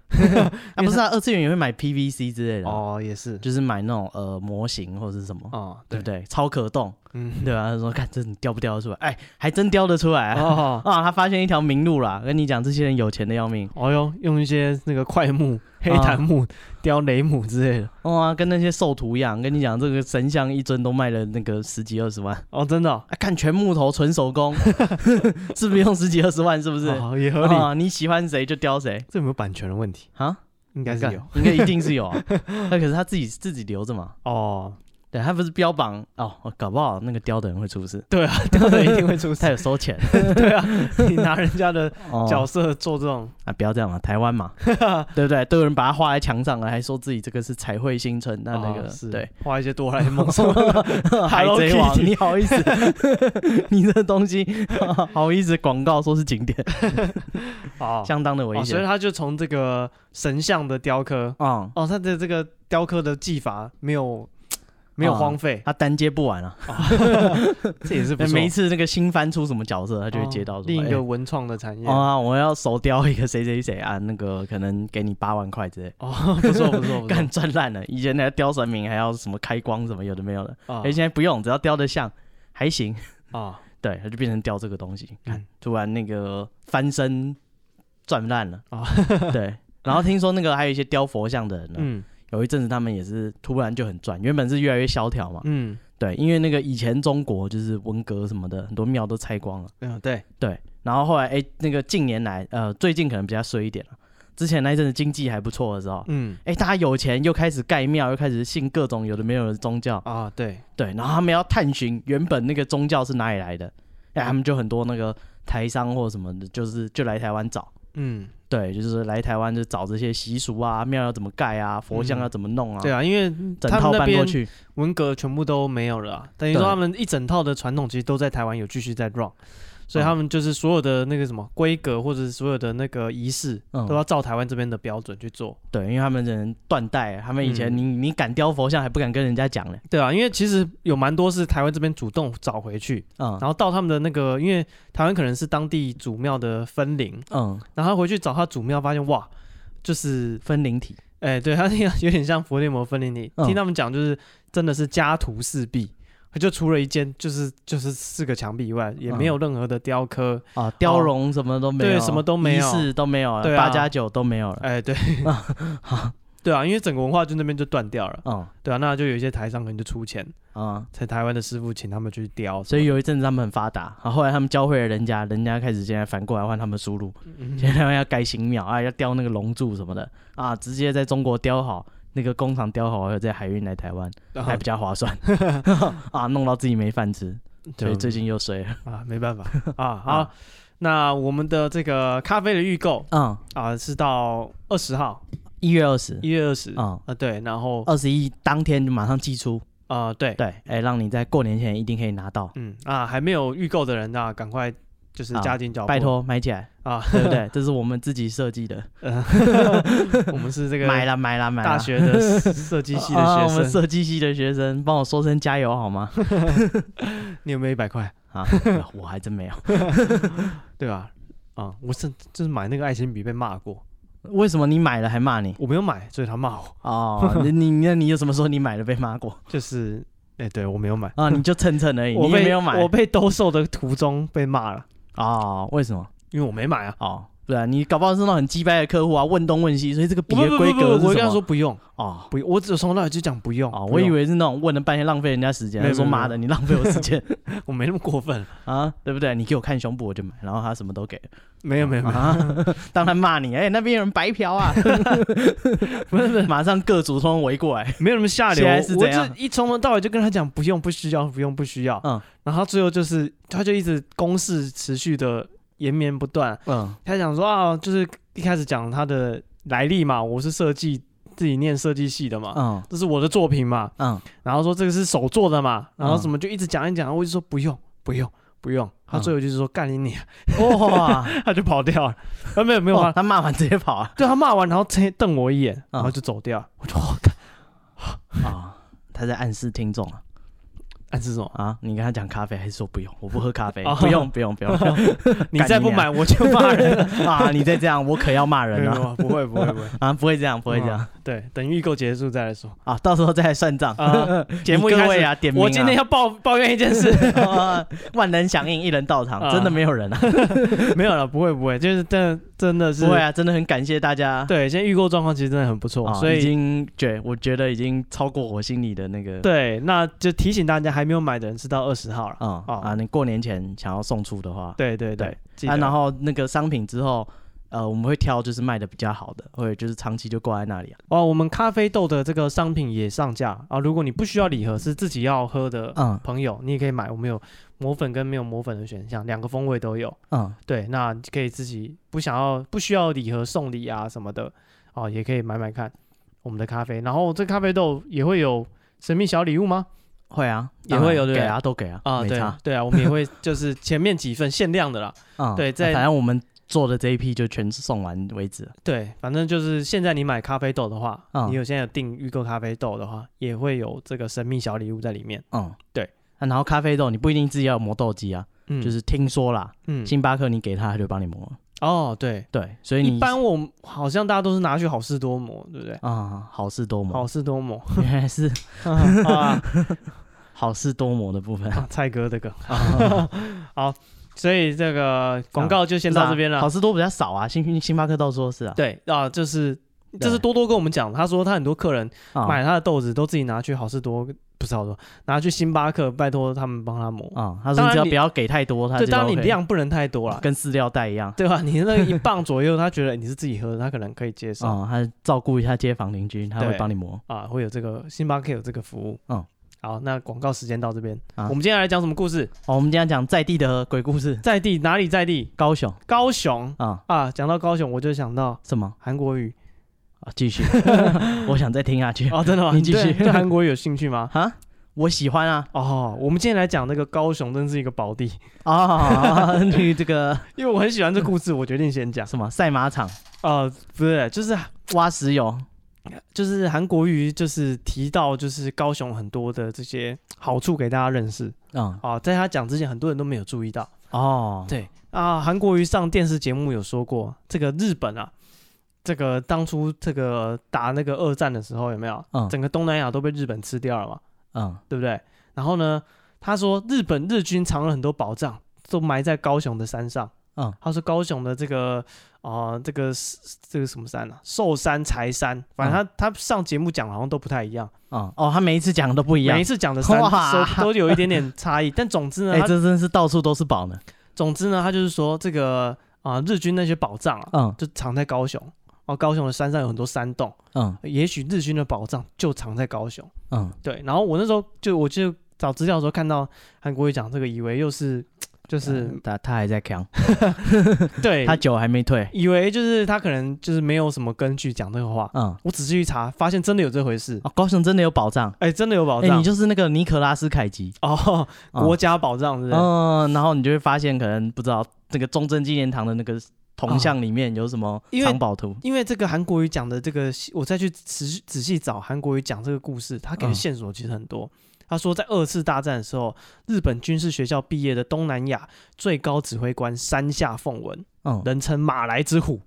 Speaker 3: 啊，不是啊，二次元也会买 PVC 之类的，哦，
Speaker 2: 哦，也是，
Speaker 3: 就是买那种呃模型或者是什么，
Speaker 2: 哦，
Speaker 3: 对不，对？超可动，
Speaker 2: 嗯，
Speaker 3: 对吧、啊他说，看这你雕不雕得出来？哎，还真雕得出来啊！
Speaker 2: 哦，
Speaker 3: 啊，他发现一条明路啦！跟你讲，这些人有钱的要命。
Speaker 2: 哦哟，用一些那个块木、黑檀木、
Speaker 3: 啊
Speaker 2: 雕雷姆之类的。
Speaker 3: 哇、哦啊跟那些兽徒一样，跟你讲，这个神像一尊都卖了那个十几二十万。
Speaker 2: 哦，真的哦，
Speaker 3: 啊，看全木头纯手工， 是不是用十几二十万？是不是？
Speaker 2: 哦也合理。
Speaker 3: 啊，你喜欢谁就雕谁
Speaker 2: 这有没有版权的问题？
Speaker 3: 啊。
Speaker 2: 应该是
Speaker 3: 干
Speaker 2: 有。，
Speaker 3: 应该一定是有、啊。 那可是他自己自己留着嘛，
Speaker 2: 哦，
Speaker 3: 对他不是标榜哦，哦搞不好那个雕的人会出事，
Speaker 2: 对啊，雕的一定会出
Speaker 3: 他
Speaker 2: 事。
Speaker 3: 有 收钱。
Speaker 2: 对啊，你拿人家的角
Speaker 3: 哦，
Speaker 2: 色做这种，
Speaker 3: 啊，不要这样嘛，台湾嘛，对不对？都有人把它画在墙上了，还说自己这个是彩绘新村，那那个、
Speaker 2: 哦是
Speaker 3: 对。，
Speaker 2: 画一些哆啦 A 梦
Speaker 3: 哦海贼
Speaker 2: Hello
Speaker 3: 王，
Speaker 2: Kitty
Speaker 3: 你好意思？ 你这东西 好意思广告说是景点，
Speaker 2: 哦，
Speaker 3: 相当的危
Speaker 2: 哦，所以
Speaker 3: 险。
Speaker 2: 他就从这个神像的雕刻，
Speaker 3: 嗯，
Speaker 2: 哦，他的这个雕刻的技法没有没有
Speaker 3: 哦
Speaker 2: 荒废，哎
Speaker 3: 他单接不完啊，
Speaker 2: 这也是不错。
Speaker 3: 每一次那个新翻出什么角色，他就会接到
Speaker 2: 哦
Speaker 3: 说
Speaker 2: 另一
Speaker 3: 哎
Speaker 2: 个文创的产业。
Speaker 3: 啊，我要手雕一个谁谁谁啊，那个 可能给你八万块之类，
Speaker 2: 哦， 不错不错不错
Speaker 3: 干赚烂了。以前那个雕神明还要什么开光什么有的没有的，
Speaker 2: 啊
Speaker 3: 哎，现在不用，只要雕的像 还行，
Speaker 2: 啊！
Speaker 3: 对，它就变成雕这个东西。看
Speaker 2: 嗯，
Speaker 3: 突然那个翻身赚烂了
Speaker 2: 哦
Speaker 3: 对。然后听说那个还有一些雕佛像的人啊呢，
Speaker 2: 嗯
Speaker 3: 有一阵子他们也是突然就很赚，原本是越来越萧条嘛，
Speaker 2: 嗯
Speaker 3: 对，因为那个以前中国就是文革什么的，很多庙都拆光了。
Speaker 2: 嗯，对，
Speaker 3: 对，然后后来哎，那个近年来，呃，最近可能比较衰一点了。之前那一阵子经济还不错的时候，
Speaker 2: 嗯
Speaker 3: 哎，大家有钱又开始盖庙，又开始信各种有的没有的宗教，
Speaker 2: 啊对，
Speaker 3: 对，然后他们要探寻原本那个宗教是哪里来的，哎，他们就很多那个台商或什么的，就是就来台湾找，
Speaker 2: 嗯
Speaker 3: 对，就是来台湾就找这些习俗啊，庙要怎么盖啊，佛像
Speaker 2: 嗯
Speaker 3: 要怎么弄啊，
Speaker 2: 对啊，因为
Speaker 3: 整
Speaker 2: 他
Speaker 3: 套
Speaker 2: 们那
Speaker 3: 搬过
Speaker 2: 边
Speaker 3: 去，
Speaker 2: 文革全部都没有了啊，等于说
Speaker 3: 对
Speaker 2: 他们一整套的传统其实都在台湾有继续在 run，所以
Speaker 3: 嗯
Speaker 2: 他们就是所有的那个什么规格或者是所有的那个仪式
Speaker 3: 嗯
Speaker 2: 都要照台湾这边的标准去做。
Speaker 3: 对，因为他们人断代，啊他们以前
Speaker 2: 嗯
Speaker 3: 你、你敢雕佛像还不敢跟人家讲嘞，
Speaker 2: 对啊，因为其实有蛮多是台湾这边主动找回去，
Speaker 3: 嗯
Speaker 2: 然后到他们的那个，因为台湾可能是当地祖庙的分灵，
Speaker 3: 嗯，
Speaker 2: 然后他回去找他祖庙，发现哇，就是
Speaker 3: 分灵体，
Speaker 2: 哎、对他那个有点像佛地魔分灵体，
Speaker 3: 嗯
Speaker 2: 听他们讲就是真的是家徒四壁。就除了一间，就是就是四个墙壁以外，也没
Speaker 3: 嗯
Speaker 2: 有任何的雕刻，
Speaker 3: 啊，雕龙什么都没有，
Speaker 2: 哦对什么都没有
Speaker 3: 仪式都没有了，
Speaker 2: 对啊
Speaker 3: 八加九都没有了。
Speaker 2: 哎、 对，对啊，因为整个文化就那边就断掉了，
Speaker 3: 嗯
Speaker 2: 对啊，那就有一些台商可能就出钱，
Speaker 3: 啊、
Speaker 2: 在台湾的师傅请他们去雕，
Speaker 3: 所以有一阵子他们很发达，然后后来他们教会了人家，人家开始现在反过来换他们输入，
Speaker 2: 嗯
Speaker 3: 现在他们要盖新庙啊，要雕那个龙柱什么的啊，直接在中国雕好，那个工厂雕好，还有在海运来台湾，
Speaker 2: 然后
Speaker 3: 还比较划算啊，弄到自己没饭吃。所以最近嗯又衰了。
Speaker 2: 啊，没办法 啊。好，那我们的这个咖啡的预购
Speaker 3: 嗯，
Speaker 2: 啊，是到二十号，
Speaker 3: 一月二十
Speaker 2: 一，月二十
Speaker 3: 嗯，
Speaker 2: 嗯啊，对，然后
Speaker 3: 二十一当天就马上寄出，
Speaker 2: 啊，对，
Speaker 3: 对，哎、让你在过年前一定可以拿到，
Speaker 2: 嗯啊，还没有预购的人啊，赶快就是
Speaker 3: 啊
Speaker 2: 加紧脚步，
Speaker 3: 拜托买起 来，
Speaker 2: 啊，呃
Speaker 3: 对不对？这是我们自己设计的，
Speaker 2: 我们 是这个
Speaker 3: 买啦买啦买啦。
Speaker 2: 大学的哦设计系的
Speaker 3: 啊我
Speaker 2: 学
Speaker 3: 们
Speaker 2: 生，
Speaker 3: 设计系的学生，帮我说声加油好吗？
Speaker 2: 你有没有一百块？
Speaker 3: 啊，我还真没有。
Speaker 2: 对吧？啊，我是就是买那个爱心笔被骂过，
Speaker 3: 为什么你买了还骂你？
Speaker 2: 我没有买，所以他骂我，
Speaker 3: 哦，你你那你有什么时候你买了被骂过
Speaker 2: 就是哎，对我没有买，
Speaker 3: 啊？你就蹭蹭而已，
Speaker 2: 我
Speaker 3: 你也
Speaker 2: 被
Speaker 3: 没有买
Speaker 2: 我被兜售的途中被骂了，
Speaker 3: 哦？为什么？
Speaker 2: 因为我没买啊。
Speaker 3: 哦，对啊，你搞不好是那种很鸡掰的客户啊，问东问西，所以这个笔
Speaker 2: 不
Speaker 3: 的
Speaker 2: 不不
Speaker 3: 规
Speaker 2: 不
Speaker 3: 格是什么？
Speaker 2: 我跟他说不用，
Speaker 3: 哦
Speaker 2: 不用，我只从那里就讲不用
Speaker 3: 哦，
Speaker 2: 不
Speaker 3: 我以
Speaker 2: 用
Speaker 3: 为是那种问了半天浪费人家时间，
Speaker 2: 没有
Speaker 3: 他说
Speaker 2: 没有
Speaker 3: 妈的你浪费我时间
Speaker 2: 我没那么过分，
Speaker 3: 啊，对不对？你给我看胸部我就买，然后他什么都给，
Speaker 2: 没有没有没有，
Speaker 3: 啊， 当然骂你，哎，那边有人白嫖 啊，不是不是，马上各组通通围过来，
Speaker 2: 没有那么下流。
Speaker 3: 现在是
Speaker 2: 我
Speaker 3: 怎样
Speaker 2: 就一从头到尾就跟他讲不用，不需要，不用，不需要。
Speaker 3: 嗯
Speaker 2: 然后他最后就是他就一直攻势持续的延绵不断。
Speaker 3: 嗯
Speaker 2: 他讲说啊，就是一开始讲他的来历嘛，我是设计自己念设计系的嘛，
Speaker 3: 嗯
Speaker 2: 这是我的作品嘛，
Speaker 3: 嗯，
Speaker 2: 然后说这个是手做的嘛，然后
Speaker 3: 嗯
Speaker 2: 什么就一直讲一讲，我就说不用，不用。不用，他
Speaker 3: 嗯
Speaker 2: 最后就是说干你 你，
Speaker 3: 哇，
Speaker 2: 他就跑掉了。啊，没有没有
Speaker 3: 哇
Speaker 2: 啊，
Speaker 3: 哦他骂完直接跑啊，
Speaker 2: 对他骂完，然后瞪瞪我一眼，然后
Speaker 3: 哦嗯
Speaker 2: 就走掉。我就
Speaker 3: 啊，他在暗示听众啊。
Speaker 2: 暗示什 么？
Speaker 3: 啊，你跟他讲咖啡还是说不用？我不喝咖啡
Speaker 2: 哦，
Speaker 3: 不用不用不 用
Speaker 2: 你再不买我就骂人。
Speaker 3: 啊！你再这样，我可要骂
Speaker 2: 没
Speaker 3: 人了
Speaker 2: 有，不会不会不会，
Speaker 3: 啊！不会这样，不会这样
Speaker 2: 对，等预购结束再来说。
Speaker 3: 啊！到时候再来算账
Speaker 2: 啊。节目一
Speaker 3: 你
Speaker 2: 开
Speaker 3: 各
Speaker 2: 始
Speaker 3: 位啊，点名啊
Speaker 2: 我今天要抱抱怨一件事，
Speaker 3: 啊 万人响应，一人到场
Speaker 2: 啊，
Speaker 3: 真的没有人啊！
Speaker 2: 没有了，不会不会，就是真的真的是
Speaker 3: 不会啊，真的很感谢大家。
Speaker 2: 对，现在预购状况其实真的很不错，
Speaker 3: 啊，
Speaker 2: 所
Speaker 3: 已
Speaker 2: 以
Speaker 3: 经对，我觉得已经超过我心里的那个
Speaker 2: 对，那就提醒大家，还没有买的人是到二十号了。
Speaker 3: 啊
Speaker 2: 哦
Speaker 3: 啊！你过年前想要送出的话，
Speaker 2: 对对对
Speaker 3: 对，
Speaker 2: 记
Speaker 3: 啊，
Speaker 2: 得
Speaker 3: 然后那个商品之后。呃，我们会挑就是卖的比较好的，或者就是长期就挂在那里啊。
Speaker 2: 哦，我们咖啡豆的这个商品也上架啊，如果你不需要礼盒，是自己要喝的
Speaker 3: 嗯
Speaker 2: 朋友，你也可以买，我们有磨粉跟没有磨粉的选项，两个风味都有。
Speaker 3: 嗯，
Speaker 2: 对，那你可以自己不想要不需要礼盒送礼啊什么的哦，也可以买买看我们的咖啡。然后这咖啡豆也会有神秘小礼物吗？
Speaker 3: 会啊，
Speaker 2: 也
Speaker 3: 当然
Speaker 2: 会有对不
Speaker 3: 给
Speaker 2: 对
Speaker 3: 啊，都给啊，
Speaker 2: 啊，
Speaker 3: 没
Speaker 2: 对
Speaker 3: 差。
Speaker 2: 对啊，我们也会就是前面几份限量的啦。
Speaker 3: 嗯，
Speaker 2: 对
Speaker 3: 那
Speaker 2: 在
Speaker 3: 反正我们做的这一批就全送完为止。
Speaker 2: 对，反正就是现在你买咖啡豆的话，
Speaker 3: 嗯
Speaker 2: 你有现在有订预购咖啡豆的话，也会有这个神秘小礼物在里面。
Speaker 3: 嗯，
Speaker 2: 对
Speaker 3: 啊。然后咖啡豆你不一定自己要有磨豆机啊，
Speaker 2: 嗯，
Speaker 3: 就是听说啦，
Speaker 2: 嗯
Speaker 3: 星巴克你给他他就帮你磨。
Speaker 2: 哦，对，
Speaker 3: 对，所以你
Speaker 2: 一般我们好像大家都是拿去好事多磨，对不对？
Speaker 3: 啊，好事多磨
Speaker 2: 好，事多 磨
Speaker 3: 原来是
Speaker 2: 啊，
Speaker 3: 好事多磨的部分。
Speaker 2: 啊蔡哥这个，
Speaker 3: 啊
Speaker 2: 所以这个广告就先
Speaker 3: 是啊
Speaker 2: 到这边了
Speaker 3: 好。事多比较少啊，星星巴克到说是啊，
Speaker 2: 对啊，就是这是多多跟我们讲，他说他很多客人
Speaker 3: 啊
Speaker 2: 买他的豆子都自己拿去好事多，不是好事多，拿去星巴克，拜托他们帮他磨。
Speaker 3: 啊，他
Speaker 2: 当
Speaker 3: 说
Speaker 2: 然
Speaker 3: 你只要
Speaker 2: 你
Speaker 3: 不要给太多，他
Speaker 2: 对，
Speaker 3: 就
Speaker 2: 当然你
Speaker 3: OK
Speaker 2: 量不能太多啦，
Speaker 3: 跟饲料袋一 样
Speaker 2: 对吧？你那个一磅左右，他觉得你是自己喝的，他可能可以接受
Speaker 3: 啊，他照顾一下街坊邻居，他
Speaker 2: 对
Speaker 3: 会帮你磨。
Speaker 2: 啊。会有这个星巴克有这个服务。
Speaker 3: 嗯，
Speaker 2: 好，那广告时间到这边，
Speaker 3: 啊
Speaker 2: 我们接下来讲什么故事？
Speaker 3: 好，哦我们今天讲在地的鬼故事，
Speaker 2: 在地哪里在地？
Speaker 3: 高雄
Speaker 2: 高雄
Speaker 3: 啊，
Speaker 2: 啊，讲到高雄，我就想到
Speaker 3: 什么？
Speaker 2: 韩国语
Speaker 3: 啊，继续，我想再听下去
Speaker 2: 哦，真的吗？
Speaker 3: 你继续
Speaker 2: 对对韩国语有兴趣吗？
Speaker 3: 啊，我喜欢啊
Speaker 2: 哦，我们今天来讲那个高雄，真是一个宝地，
Speaker 3: 啊，你这个
Speaker 2: 因为我很喜欢这故事，我决定先讲。
Speaker 3: 什么赛马场
Speaker 2: 呃，不是，就是
Speaker 3: 挖石油，
Speaker 2: 就是韩国瑜就是提到就是高雄很多的这些好处给大家认识
Speaker 3: 嗯
Speaker 2: 啊，在他讲之前，很多人都没有注意到。
Speaker 3: 哦，
Speaker 2: 对啊，韩国瑜上电视节目有说过，这个日本啊，这个当初这个打那个二战的时候有没有？
Speaker 3: 嗯
Speaker 2: 整个东南亚都被日本吃掉了嘛，
Speaker 3: 嗯
Speaker 2: 对不对？然后呢，他说日本日军藏了很多宝藏，都埋在高雄的山上。
Speaker 3: 嗯
Speaker 2: 他说高雄的这个啊、呃这个是这个什么山啊，寿山、柴山，反正他、他上节目讲的好像都不太一样，
Speaker 3: 嗯哦，他每一次讲的都不一样
Speaker 2: 每一，次讲的山
Speaker 3: 哇
Speaker 2: 都都有一点点差异。但总之呢，
Speaker 3: 哎，
Speaker 2: 他
Speaker 3: 这真是到处都是宝呢，
Speaker 2: 总之呢，他就是说这个啊、日军那些宝藏啊，
Speaker 3: 嗯
Speaker 2: 就藏在高雄。哦，高雄的山上有很多山洞，
Speaker 3: 嗯
Speaker 2: 也许日军的宝藏就藏在高雄。
Speaker 3: 嗯
Speaker 2: 对，然后我那时候就我就找资料的时候看到韩国语讲这个，以为又是就是、
Speaker 3: 嗯他他还在扛，
Speaker 2: 对
Speaker 3: 他酒还没退，
Speaker 2: 以为就是他可能就是没有什么根据讲这个话。
Speaker 3: 嗯，
Speaker 2: 我仔细一查，发现真的有这回事，
Speaker 3: 哦，高雄真的有保障，
Speaker 2: 哎、真的有保
Speaker 3: 哎、
Speaker 2: 障。
Speaker 3: 你就是那个尼可拉斯凯奇，
Speaker 2: 哦，
Speaker 3: 嗯
Speaker 2: 国家保障是不是？
Speaker 3: 嗯，然后你就会发现可能不知道那个中正纪念堂的那个铜像里面有什么
Speaker 2: 因为
Speaker 3: 藏宝图，
Speaker 2: 因为这个韩国语讲的这个，我再去仔细仔细找韩国语讲这个故事，他给的
Speaker 3: 嗯
Speaker 2: 线索其实很多。他说，在二次大战的时候，日本军事学校毕业的东南亚最高指挥官山下奉文，
Speaker 3: 嗯，
Speaker 2: 人称马来之虎，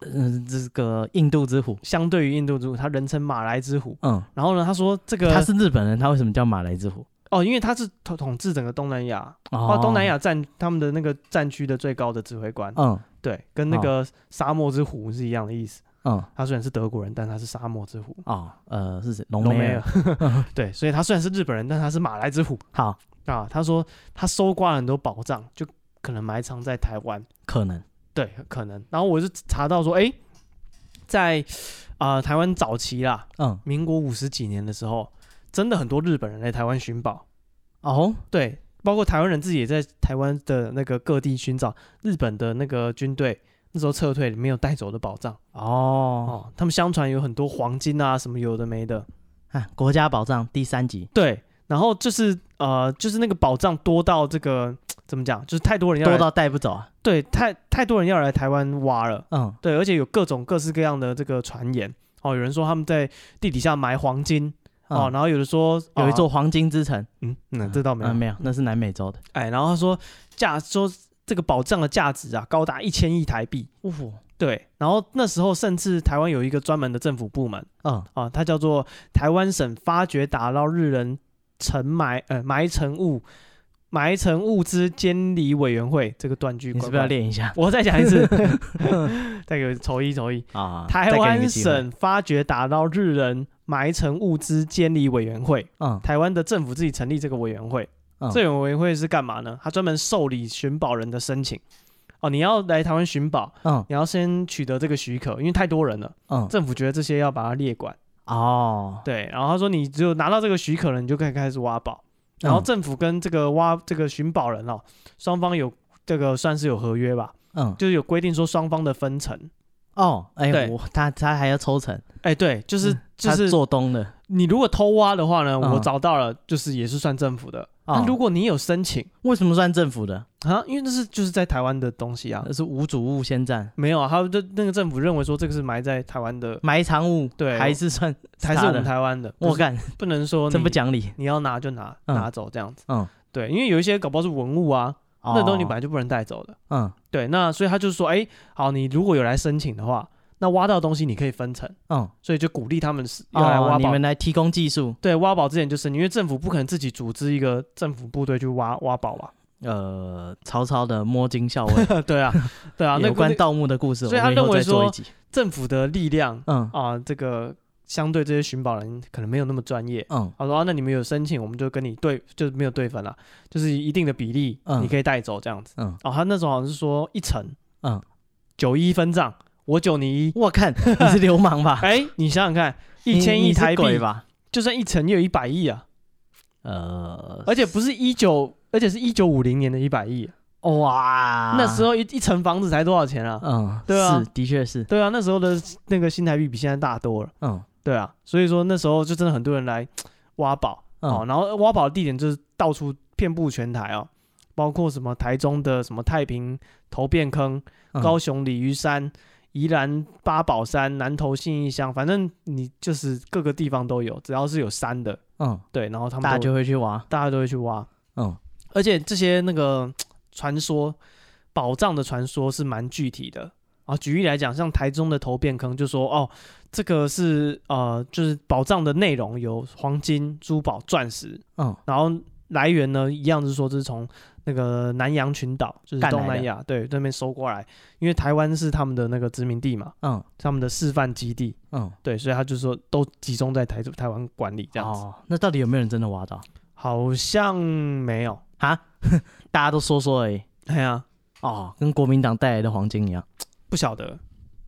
Speaker 3: 嗯，这个印度之虎，
Speaker 2: 相对于印度之虎，他人称马来之虎。
Speaker 3: 嗯，
Speaker 2: 然后呢，他说这个
Speaker 3: 他是日本人，他为什么叫马来之虎？
Speaker 2: 哦，因为他是统统治整个东南亚，
Speaker 3: 哦
Speaker 2: 哦，东南，亚战他们的那个战区的最高的指挥官，
Speaker 3: 嗯
Speaker 2: 对，跟那
Speaker 3: 哦
Speaker 2: 个沙漠之虎是一样的意思。
Speaker 3: 嗯，
Speaker 2: 他虽然是德国人，但他是沙漠之虎。
Speaker 3: 哦，呃，是谁？
Speaker 2: 浓
Speaker 3: 隆
Speaker 2: 眉
Speaker 3: 美
Speaker 2: 尔
Speaker 3: 尔，，
Speaker 2: 对，所以他虽然是日本人，但他是马来之虎
Speaker 3: 好，
Speaker 2: 啊。他说他搜刮了很多宝藏，就可能埋藏在台湾，
Speaker 3: 可能，
Speaker 2: 对，可能。然后我就查到说，哎、在啊、呃台湾早期啦，
Speaker 3: 嗯，
Speaker 2: 民国五十几年的时候，真的很多日本人来台湾寻宝，
Speaker 3: 哦，
Speaker 2: 对，包括台湾人自己也在台湾的那个各地寻找日本的那个军队那时候撤退没有带走的宝藏
Speaker 3: 哦，
Speaker 2: 哦，他们相传有很多黄金啊什么有的没的，
Speaker 3: 啊，国家宝藏第三集，
Speaker 2: 对，然后就是呃就是那个宝藏多到这个怎么讲，就是太多人要来
Speaker 3: 多到带不走啊，
Speaker 2: 对太太多人要来台湾挖了，
Speaker 3: 嗯，
Speaker 2: 对，而且有各种各式各样的这个传言哦，有人说他们在地底下埋黄金哦，
Speaker 3: 嗯
Speaker 2: 然后有人说
Speaker 3: 有
Speaker 2: 啊
Speaker 3: 一座黄金之城，
Speaker 2: 嗯那、这倒没有、
Speaker 3: 嗯没有，那是南美洲的，
Speaker 2: 哎，然后他说价说这个宝藏的价值啊，高达一千亿台币。
Speaker 3: 呜，
Speaker 2: 对，然后那时候甚至台湾有一个专门的政府部门
Speaker 3: 嗯，
Speaker 2: 啊，它叫做台湾省发掘打捞日人沉埋呃埋沉物埋沉物资监理委员会这个断句，
Speaker 3: 你是不是要？练一下
Speaker 2: 我再讲一 次，再给我筹一筹一。
Speaker 3: 啊？
Speaker 2: 台
Speaker 3: 再给你一
Speaker 2: 湾
Speaker 3: 个机会，
Speaker 2: 省发掘打捞日人埋沉物资监理委员会，
Speaker 3: 嗯
Speaker 2: 台湾的政府自己成立这个委员会，
Speaker 3: 嗯
Speaker 2: 这个委员会是干嘛呢？它专门受理寻宝人的申请。哦，你要来台湾寻宝，
Speaker 3: 嗯
Speaker 2: 你要先取得这个许可，因为太多人了，
Speaker 3: 嗯，
Speaker 2: 政府觉得这些要把它列管。
Speaker 3: 哦，
Speaker 2: 对，然后他说你只有拿到这个许可了，你就可以开始挖宝。然后
Speaker 3: 嗯
Speaker 2: 政府跟这个挖这个寻宝人哦，双方有这个算是有合约吧，
Speaker 3: 嗯
Speaker 2: 就是有规定说双方的分成。
Speaker 3: 哦，哎
Speaker 2: 对
Speaker 3: 呦，我他他还要抽成，
Speaker 2: 哎，对，就是、
Speaker 3: 嗯
Speaker 2: 就
Speaker 3: 他
Speaker 2: 是
Speaker 3: 做东的，
Speaker 2: 你如果偷挖的话呢，
Speaker 3: 嗯
Speaker 2: 我找到了，就是也是算政府的。
Speaker 3: 哦
Speaker 2: 那如果你有申请
Speaker 3: 为什么算政府的？
Speaker 2: 啊，因为那是就是在台湾的东西啊
Speaker 3: 那，是无主物先占，
Speaker 2: 没有啊，他们就那个政府认为说这个是埋在台湾的，
Speaker 3: 埋藏物，
Speaker 2: 对
Speaker 3: 还 是算
Speaker 2: 还是
Speaker 3: 他
Speaker 2: 我
Speaker 3: 的
Speaker 2: 们台湾的，
Speaker 3: 我
Speaker 2: 不是
Speaker 3: 干，
Speaker 2: 不能说
Speaker 3: 真不
Speaker 2: 你，
Speaker 3: 讲理，
Speaker 2: 你要拿就拿
Speaker 3: 嗯
Speaker 2: 拿走这样子，
Speaker 3: 嗯，
Speaker 2: 对，因为有一些搞不好是文物啊，那东西你本来就不能带走的，
Speaker 3: 哦，
Speaker 2: 对，那所以他就说，哎，好，你如果有来申请的话，那挖到的东西你可以分成，
Speaker 3: 嗯嗯，
Speaker 2: 所以就鼓励他们是要来
Speaker 3: 哦，
Speaker 2: 挖
Speaker 3: 你
Speaker 2: 宝
Speaker 3: 们。来提供技术，
Speaker 2: 对，挖宝之前就是，因为政府不可能自己组织一个政府部队去挖挖宝吧？
Speaker 3: 呃，曹操的摸金校尉
Speaker 2: 对啊，对啊，那
Speaker 3: 有
Speaker 2: 个
Speaker 3: 关
Speaker 2: 那
Speaker 3: 盗墓的故事，
Speaker 2: 所以
Speaker 3: 我
Speaker 2: 他
Speaker 3: 们以后
Speaker 2: 认为
Speaker 3: 再做
Speaker 2: 说
Speaker 3: 一集，
Speaker 2: 政府的力量
Speaker 3: 嗯
Speaker 2: 啊，这个相对这些寻宝人可能没有那么专业。
Speaker 3: 嗯
Speaker 2: 他说、啊那你们有申请，我们就跟你对，就是没有对分啦，就是一定的比例，
Speaker 3: 嗯
Speaker 2: 你可以带走这样子。
Speaker 3: 嗯
Speaker 2: 哦，他那时候好像是说一成
Speaker 3: 嗯，
Speaker 2: 九一分账，我九你 一，
Speaker 3: 我看你是流氓吧？
Speaker 2: 哎，你想想看，
Speaker 3: 你
Speaker 2: 一千
Speaker 3: 你
Speaker 2: 亿
Speaker 3: 是
Speaker 2: 台币
Speaker 3: 鬼， 吧？
Speaker 2: 就算一成也有一百亿啊，
Speaker 3: 呃，
Speaker 2: 而且不是一九，而且是一九五零年的一百亿，
Speaker 3: 哇，
Speaker 2: 那时
Speaker 3: 候
Speaker 2: 候一一层房子才多少钱啊？
Speaker 3: 啊嗯，
Speaker 2: 对啊
Speaker 3: 是的确是，
Speaker 2: 对啊，那时候的那个新台币比现在大多了。
Speaker 3: 嗯
Speaker 2: 对啊，所以说那时候就真的很多人来挖宝、哦，
Speaker 3: 嗯
Speaker 2: 然后挖宝的地点就是到处遍布全台哦，包括什么台中的什么太平头变坑、
Speaker 3: 嗯
Speaker 2: 高雄鲤鱼山、宜兰八宝山、南投信义乡，反正你就是各个地方都有，只要是有山的，
Speaker 3: 嗯，
Speaker 2: 对，然后他们
Speaker 3: 大家
Speaker 2: 都
Speaker 3: 就会去挖，
Speaker 2: 大家都会去挖，
Speaker 3: 嗯
Speaker 2: 而且这些那个传说宝藏的传说是蛮具体的啊。举例来讲，像台中的头变坑就说哦，这个是呃，就是宝藏的内容有黄金、珠宝、钻石，
Speaker 3: 嗯
Speaker 2: 然后来源呢一样是说这是从那个南洋群岛，就是
Speaker 3: 干来
Speaker 2: 东南
Speaker 3: 的
Speaker 2: 亚对那边收过来，因为台湾是他们的那个殖民地嘛，
Speaker 3: 嗯
Speaker 2: 他们的示范基地，
Speaker 3: 嗯，
Speaker 2: 对，所以他就说都集中在台台湾管理这样子，
Speaker 3: 哦，那到底有没有人真的挖到
Speaker 2: 好像没有，
Speaker 3: 啊？大家都说说而已。
Speaker 2: 哎呀、
Speaker 3: 哦，跟国民党带来的黄金一样，
Speaker 2: 不晓得，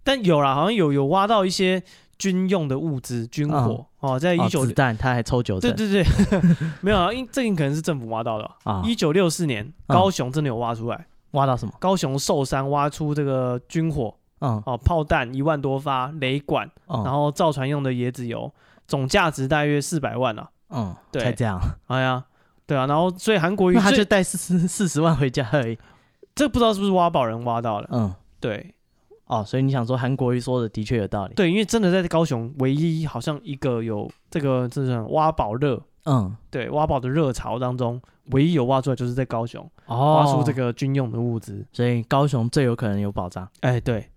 Speaker 2: 但有啦，好像有有挖到一些军用的物资、军火、哦，在一
Speaker 3: 哦
Speaker 2: 九
Speaker 3: 子弹，他还抽九
Speaker 2: 对
Speaker 3: 层
Speaker 2: 对对， 没有啊，因这个可能是政府挖到的哦。
Speaker 3: 啊，
Speaker 2: 一九六四年，
Speaker 3: 嗯
Speaker 2: 高雄真的有挖出来，
Speaker 3: 挖到什么？
Speaker 2: 高雄寿山挖出这个军火
Speaker 3: 嗯
Speaker 2: 哦，炮弹一万多发，雷管，然
Speaker 3: 嗯
Speaker 2: 后造船用的椰子油，总价值大约四百万啊。
Speaker 3: 嗯，
Speaker 2: 对
Speaker 3: 才这样，
Speaker 2: 哎呀，对啊，然后所以韩国瑜
Speaker 3: 那他
Speaker 2: 最
Speaker 3: 就带四十四十万回家而已。
Speaker 2: 这不知道是不是挖宝人挖到的，
Speaker 3: 嗯，
Speaker 2: 对
Speaker 3: 哦，所以你想说韩国瑜说的的确有道理。
Speaker 2: 对，因为真的在高雄唯一好像一个有这个这种挖宝热，
Speaker 3: 嗯，
Speaker 2: 对挖宝的热潮当中，唯一有挖出来就是在高雄
Speaker 3: 哦，
Speaker 2: 挖出这，个军用的物资，
Speaker 3: 所以高雄最有可能有保障。
Speaker 2: 哎对，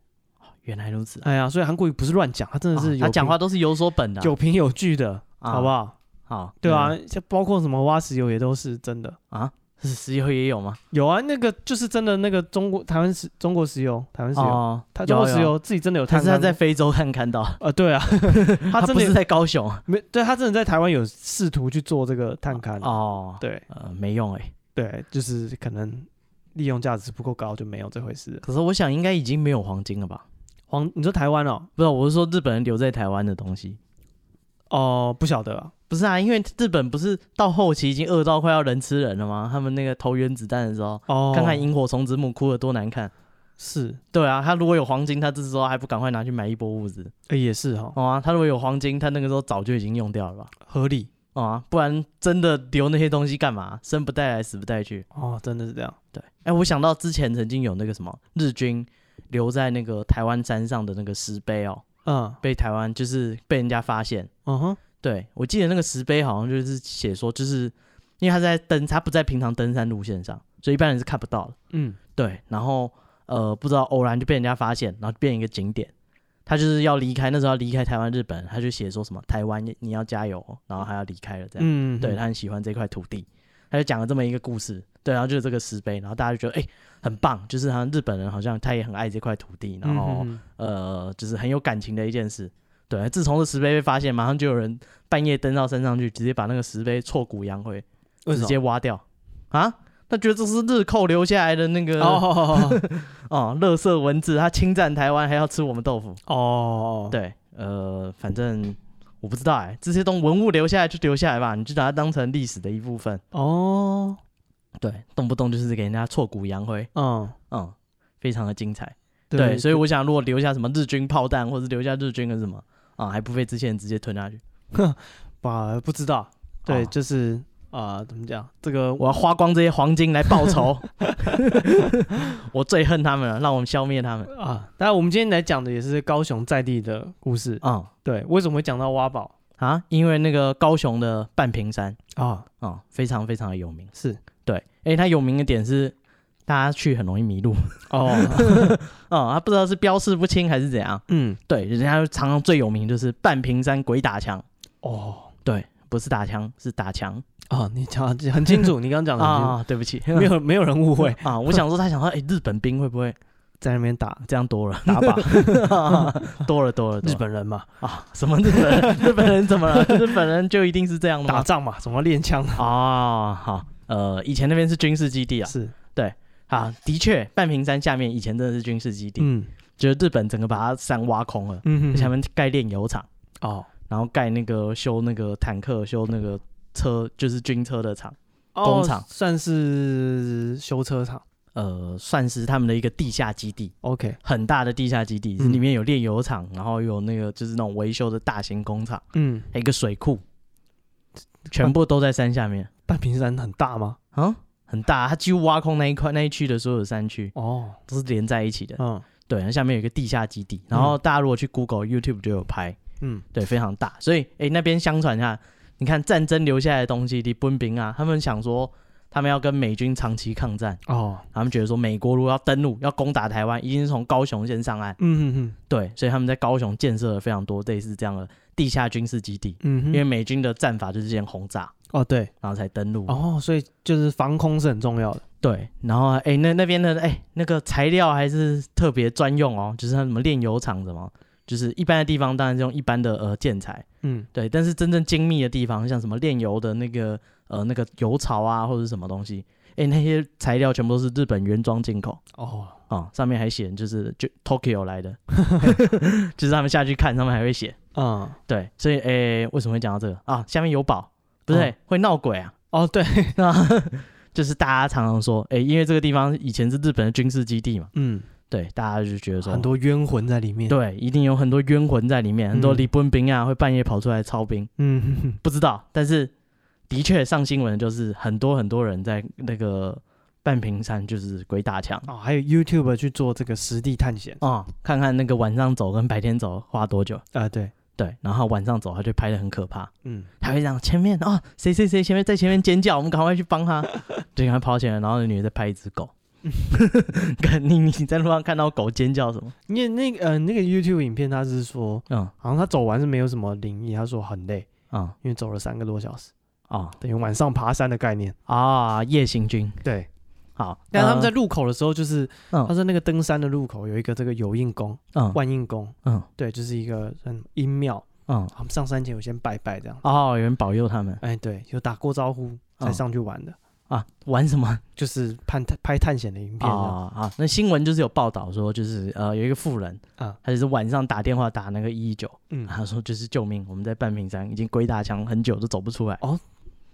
Speaker 3: 原来如此、啊，
Speaker 2: 哎呀，所以韩国瑜不是乱讲，他真的是
Speaker 3: 啊
Speaker 2: 有
Speaker 3: 他讲
Speaker 2: 凭
Speaker 3: 话都是有所本的啊、
Speaker 2: 有凭有据的，
Speaker 3: 啊
Speaker 2: 好不好？
Speaker 3: 好，
Speaker 2: 对啊
Speaker 3: 嗯，
Speaker 2: 像包括什么挖石油也都是真的。
Speaker 3: 啊，是石油也有吗？
Speaker 2: 有啊，那个就是真的，那个中国台湾石中国石油，台湾石油，
Speaker 3: 哦，
Speaker 2: 他中
Speaker 3: 有
Speaker 2: 国
Speaker 3: 啊
Speaker 2: 石，
Speaker 3: 有啊
Speaker 2: 油自己真的有
Speaker 3: 但
Speaker 2: 探勘
Speaker 3: 是
Speaker 2: 过，
Speaker 3: 他在非洲看看到，
Speaker 2: 呃，对 啊，他真
Speaker 3: 不
Speaker 2: 的
Speaker 3: 是在高 雄
Speaker 2: 没对他真的在台湾有试图去做这个探勘，
Speaker 3: 哦，
Speaker 2: 对
Speaker 3: 呃，没用哎、
Speaker 2: 对，就是可能利用价值不够高就没有这回事了。
Speaker 3: 可是我想应该已经没有黄金了吧？
Speaker 2: 黄，你说台湾哦？
Speaker 3: 不是，啊我是说日本人留在台湾的东西。
Speaker 2: 哦，不晓得啊，
Speaker 3: 不是啊，因为日本不是到后期已经饿到快要人吃人了吗？他们那个投原子弹的时候，
Speaker 2: 哦，
Speaker 3: 看看萤火虫之墓哭得多难看。
Speaker 2: 是，
Speaker 3: 对啊，他如果有黄金，他这时候还不赶快拿去买一波物资？
Speaker 2: 哎也是哈，
Speaker 3: 哦啊，他如果有黄金，他那个时候早就已经用掉了吧？
Speaker 2: 合理
Speaker 3: 哦啊，不然真的留那些东西干嘛？生不带来，死不带去。
Speaker 2: 哦，真的是这样。
Speaker 3: 对，哎，我想到之前曾经有那个什么日军留在那个台湾山上的那个石碑哦，
Speaker 2: 嗯
Speaker 3: 被台湾就是被人家发现。
Speaker 2: 嗯哼，
Speaker 3: 对我记得那个石碑好像就是写说，就是因为他在登，他不在平常登山路线上，所以一般人是看不到的。
Speaker 2: 嗯，
Speaker 3: 对，然后呃，不知道偶然就被人家发现，然后变一个景点。他就是要离开，那时候要离开台湾日本，他就写说什么台湾你要加油哦，然后还要离开了这样。
Speaker 2: 嗯，
Speaker 3: 对
Speaker 2: 嗯
Speaker 3: 他很喜欢这块土地，他就讲了这么一个故事。对，然后就是这个石碑，然后大家就觉得哎、很棒，就是好像日本人好像他也很爱这块土地，然后、
Speaker 2: 嗯嗯
Speaker 3: 呃就是很有感情的一件事。对，自从这石碑被发现，马上就有人半夜登到山上去，直接把那个石碑挫骨扬灰，
Speaker 2: 为什
Speaker 3: 直
Speaker 2: 么
Speaker 3: 接挖掉啊！他觉得这是日寇留下来的那个
Speaker 2: 哦哦哦哦
Speaker 3: 哦，乐色文字，他侵占台湾还要吃我们豆腐。
Speaker 2: 哦哦，
Speaker 3: 对，呃，反正我不知道哎、这些东文物留下来就留下来吧，你就把它当成历史的一部分。
Speaker 2: 哦，
Speaker 3: 对，动不动就是给人家挫骨扬灰，
Speaker 2: 嗯，
Speaker 3: 嗯，非常的精彩。对，所以我想，如果留下什么日军炮弹，或者留下日军的什么啊，还不被这些人直接吞下去。
Speaker 2: 吧不知道，对，
Speaker 3: 哦
Speaker 2: 就是啊，怎么讲？这个
Speaker 3: 我要花光这些黄金来报仇， 我最恨他们了，让我们消灭他们。
Speaker 2: 啊，当然我们今天来讲的也是高雄在地的故事。
Speaker 3: 嗯
Speaker 2: 对，为什么会讲到挖宝
Speaker 3: 啊，因为那个高雄的半屏山
Speaker 2: 啊？
Speaker 3: 啊、嗯非常非常的有名。
Speaker 2: 是
Speaker 3: 对，哎，它有名的点是大家去很容易迷路
Speaker 2: 哦，
Speaker 3: 哦，它不知道是标示不清还是怎样。
Speaker 2: 嗯，
Speaker 3: 对，人家常常最有名就是半屏山鬼打墙，
Speaker 2: 哦
Speaker 3: 对，不是打墙是打墙
Speaker 2: 啊，你讲得很清 楚，你刚刚讲的很清
Speaker 3: 啊，对不 起，
Speaker 2: 楚，没有没有人误会，
Speaker 3: 啊，我想说他想说，哎，日本兵会不会
Speaker 2: 在那边打？
Speaker 3: 这样 多了
Speaker 2: 打靶，
Speaker 3: 多了多了，多了
Speaker 2: 日本人嘛，
Speaker 3: 啊，什么日本人？日本人怎么 了？日本人就一定是这样的
Speaker 2: 打
Speaker 3: 吗？
Speaker 2: 仗嘛，什么练枪啊？
Speaker 3: 啊，好，呃，以前那边是军事基地 啊，
Speaker 2: 是，
Speaker 3: 啊，的确，半屏山下面以前真的是军事基地，
Speaker 2: 嗯
Speaker 3: 就是日本整个把它山挖空了，
Speaker 2: 嗯，
Speaker 3: 下面盖炼油厂，
Speaker 2: 哦
Speaker 3: 然后盖那个修那个坦克、修那个车，就是军车的厂，
Speaker 2: 哦
Speaker 3: 工厂
Speaker 2: 算是修车厂
Speaker 3: 呃，算是他们的一个地下基地，
Speaker 2: ，OK，
Speaker 3: 很大的地下基地，
Speaker 2: 嗯
Speaker 3: 里面有炼油厂，然后有那个就是那种维修的大型工厂，
Speaker 2: 嗯，
Speaker 3: 还有一个水库，
Speaker 2: 啊
Speaker 3: 全部都在山下面
Speaker 2: 半屏山很大吗？
Speaker 3: 啊。很大，它几乎挖空那一块那一区的所有山区
Speaker 2: 哦，
Speaker 3: 都是连在一起的。
Speaker 2: 嗯
Speaker 3: 对，那下面有一个地下基地，然后大家如果去 Google、YouTube 就有拍，
Speaker 2: 嗯，
Speaker 3: 对，非常大。所以，诶，那边相传下，你看战争留下来的东西，李奔兵啊，他们想说，他们要跟美军长期抗战，
Speaker 2: 哦，
Speaker 3: 他们觉得说，美国如果要登陆，要攻打台湾，一定是从高雄先上岸。
Speaker 2: 嗯嗯
Speaker 3: 对，所以他们在高雄建设了非常多类似这样的地下军事基地，
Speaker 2: 嗯，
Speaker 3: 因为美军的战法就是先轰炸，
Speaker 2: 哦对，
Speaker 3: 然后才登陆。
Speaker 2: 哦，所以就是防空是很重要的。
Speaker 3: 对，然后诶，那那边的诶，那个材料还是特别专用哦，就是它什么炼油厂什么，就是一般的地方当然是用一般的呃建材，
Speaker 2: 嗯，
Speaker 3: 对，但是真正精密的地方，像什么炼油的那个呃那个油槽啊，或者是什么东西，哎、那些材料全部都是日本原装进口
Speaker 2: 哦，
Speaker 3: 啊、上面还写就是就 Tokyo 来的，就是他们下去看，上面还会写
Speaker 2: 嗯，
Speaker 3: 对，所以诶、为什么会讲到这个啊？下面有宝，不是、
Speaker 2: 嗯
Speaker 3: 会闹鬼啊？
Speaker 2: 哦，对，
Speaker 3: 那就是大家常常说，诶、因为这个地方以前是日本的军事基地嘛，
Speaker 2: 嗯，
Speaker 3: 对，大家就觉得说
Speaker 2: 很。多冤魂在里面。，
Speaker 3: 对，一定有很多冤魂在里面，很多
Speaker 2: 嗯
Speaker 3: 李奔兵啊会半夜跑出来操兵，
Speaker 2: 嗯，
Speaker 3: 不知道，但是的确上新闻的就是很多很多人在那个半屏山就是鬼打墙
Speaker 2: 哦，还有 YouTube 去做这个实地探险。
Speaker 3: 哦，看看那个晚上走跟白天走花多久，
Speaker 2: 啊，对，
Speaker 3: 对，然后晚上走他就拍的很可怕，
Speaker 2: 嗯，
Speaker 3: 他会讲前面哦，谁谁谁前面在前面尖叫，我们赶快去帮他， 就赶快跑起来，然后那女的在拍一 只狗，看你你在路上看到狗尖叫什么？
Speaker 2: 因为那个呃那个 YouTube 影片，他是说，
Speaker 3: 嗯
Speaker 2: 好像他走完是没有什么灵异，他说很累，
Speaker 3: 啊
Speaker 2: 因为走了三个多小时，
Speaker 3: 哦
Speaker 2: 等于晚上爬山的概念。
Speaker 3: 啊，夜行军
Speaker 2: 对，
Speaker 3: 好，
Speaker 2: 但他们在
Speaker 3: 呃
Speaker 2: 入口的时候，就是他
Speaker 3: 嗯
Speaker 2: 在那个登山的入口有一个这个有印宫、
Speaker 3: 嗯
Speaker 2: 万应宫，
Speaker 3: 嗯
Speaker 2: 对，就是一个嗯阴庙，
Speaker 3: 嗯
Speaker 2: 他们上山前有先拜拜这样。
Speaker 3: 哦，有人保佑他们
Speaker 2: 哎，对，有打过招呼才
Speaker 3: 嗯
Speaker 2: 上去玩的，
Speaker 3: 啊，玩什么？
Speaker 2: 就是拍探拍探险的影片这样。
Speaker 3: 啊啊！那新闻就是有报道说，就是呃有一个富人
Speaker 2: 啊
Speaker 3: 他就是晚上打电话打那个一一九，
Speaker 2: 嗯，
Speaker 3: 他说就是救命，我们在半屏山已经鬼打墙很久都走不出来
Speaker 2: 哦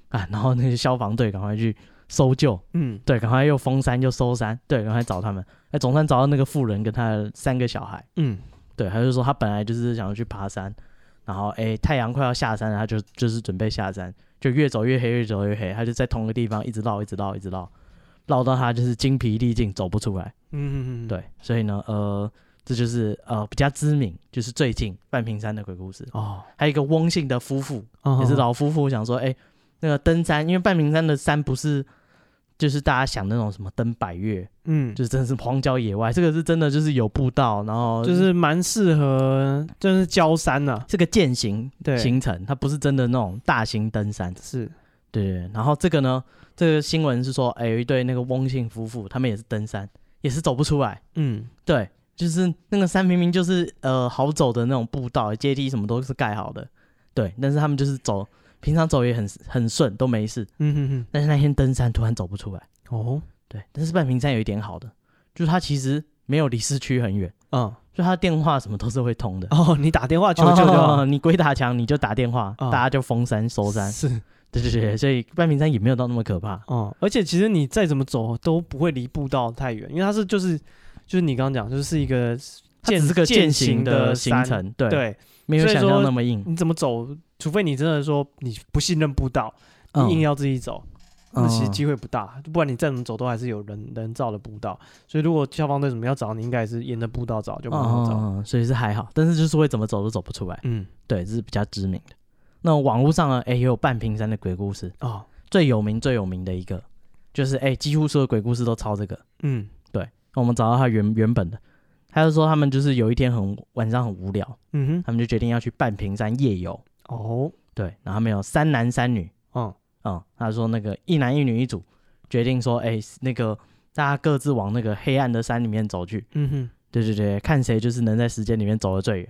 Speaker 3: 啊，然后那些消防队赶快去搜救，
Speaker 2: 嗯，
Speaker 3: 对，赶快又封山又搜山，对，赶快找他们，哎，总算找到那个富人跟他的三个小孩，
Speaker 2: 嗯，
Speaker 3: 对，他就说他本来就是想要去爬山，然后哎太阳快要下山了，他就就是准备下山，就越走越黑，越走越黑，他就在同一个地方一直绕，一直绕，一直绕，绕到他就是精疲力尽走不出来。
Speaker 2: 嗯，嗯，嗯
Speaker 3: 对，所以呢，呃，这就是呃比较知名，就是最近半屏山的鬼故事，
Speaker 2: 哦，嗯
Speaker 3: 还有一个翁姓的夫妇，也
Speaker 2: 也
Speaker 3: 是老夫妇想说，哎、那个登山，因为半屏山的山不是就是大家想那种什么登百越，
Speaker 2: 嗯，
Speaker 3: 就是真的是荒郊野外，这个是真的就是有步道，然后
Speaker 2: 就是蛮适合，就是焦山呐、
Speaker 3: 是个践行
Speaker 2: 对，
Speaker 3: 行程，它不是真的那种大型登山，
Speaker 2: 是，
Speaker 3: 对对对。然后这个呢，这个新闻是说，哎、有一对那个翁姓夫妇，他们也是登山，也是走不出来。
Speaker 2: 嗯，
Speaker 3: 对，就是那个山明明就是呃好走的那种步道、阶梯，什么都是盖好的。对，但是他们就是走，平常走也很很顺，都没事。
Speaker 2: 嗯哼哼，
Speaker 3: 但是那天登山突然走不出来。
Speaker 2: 哦，
Speaker 3: 对，但是半屏山有一点好的，就是它其实没有离市区很远，
Speaker 2: 嗯，
Speaker 3: 就它的电话什么都是会通的。
Speaker 2: 哦，你打电话求救就好
Speaker 3: 哦， 你鬼打墙你就打电话，
Speaker 2: 哦
Speaker 3: 大家就封山收山。
Speaker 2: 是，
Speaker 3: 对对对，所以半屏山也没有到那么可怕。
Speaker 2: 哦，而且其实你再怎么走都不会离步道太远，因为它是就是就是你刚刚讲，就是一个
Speaker 3: 它只是个
Speaker 2: 践
Speaker 3: 践
Speaker 2: 行
Speaker 3: 行
Speaker 2: 的
Speaker 3: 的
Speaker 2: 山
Speaker 3: 行程，对，
Speaker 2: 对，
Speaker 3: 没有
Speaker 2: 所以
Speaker 3: 想
Speaker 2: 说
Speaker 3: 象那么硬。
Speaker 2: 你怎么走，除非你真的说你不信任步道，你硬要自己走。那其实
Speaker 3: 嗯
Speaker 2: 机会不大，不管你再怎么走，都还是有人人造的步道。所以如果消防队什么要找你，应该也是沿着步道找，就不好找。
Speaker 3: 嗯，所以是还好，但是就是会怎么走都走不出来。
Speaker 2: 嗯，
Speaker 3: 对，这是比较知名的。那网络上呢，哎、也有半屏山的鬼故事，
Speaker 2: 哦，
Speaker 3: 最有名最有名的一个，就是哎、几乎所有鬼故事都抄这个。
Speaker 2: 嗯
Speaker 3: 那我们找到他原原本的，他就说他们就是有一天很晚上很无聊，
Speaker 2: 嗯哼，
Speaker 3: 他们就决定要去半屏山夜游。
Speaker 2: 哦，
Speaker 3: 对，然后他们有三男三女，
Speaker 2: 嗯
Speaker 3: 嗯，他说那个一男一女一组，决定说，哎、那个大家各自往那个黑暗的山里面走去。
Speaker 2: 嗯哼，
Speaker 3: 对对对，看谁就是能在时间里面走得最远。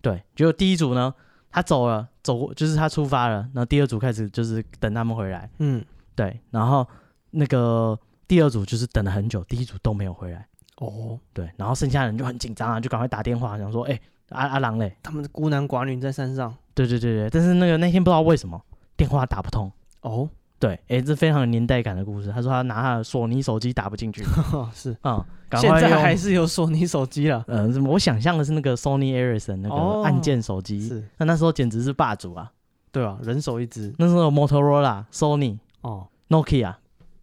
Speaker 3: 对，结果第一组呢，他走了，走过就是他出发了，然后第二组开始就是等他们回来。
Speaker 2: 嗯，
Speaker 3: 对，然后那个第二组就是等了很久，第一组都没有回来。
Speaker 2: 哦，
Speaker 3: 对，然后剩下的人就很紧张啊，就赶快打电话想说，哎、阿阿郎嘞？
Speaker 2: 他们孤男寡女在山上。
Speaker 3: 对对对对，但是那个那天不知道为什么电话打不通。
Speaker 2: 哦，
Speaker 3: 对，哎、这非常有年代感的故事。他说他拿他的索尼手机打不进去，
Speaker 2: 是，
Speaker 3: 嗯，赶
Speaker 2: 现
Speaker 3: 快
Speaker 2: 在
Speaker 3: 用
Speaker 2: 还是有索尼手机了。
Speaker 3: 呃，我想象的是那个 Sony Ericsson 那
Speaker 2: 哦
Speaker 3: 个按键手机，
Speaker 2: 是，
Speaker 3: 那那时候简直是霸主啊！
Speaker 2: 对啊，人手一只。
Speaker 3: 那时候有 Motorola、Sony、
Speaker 2: 哦，
Speaker 3: Nokia，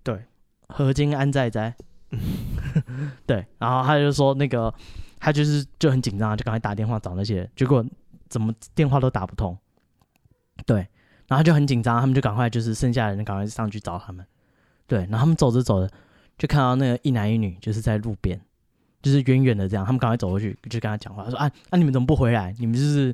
Speaker 2: 对，
Speaker 3: 合金安 在在，对。然后他就说那个，他就是就很紧张啊，就赶快打电话找那些人，结果怎么电话都打不通，对。然后就很紧张，他们就赶快就是剩下的人赶快上去找他们，对。然后他们走着走着，就看到那个一男一女就是在路边，就是远远的这样，他们赶快走过去就跟他讲话，他说啊啊你们怎么不回来？你们就是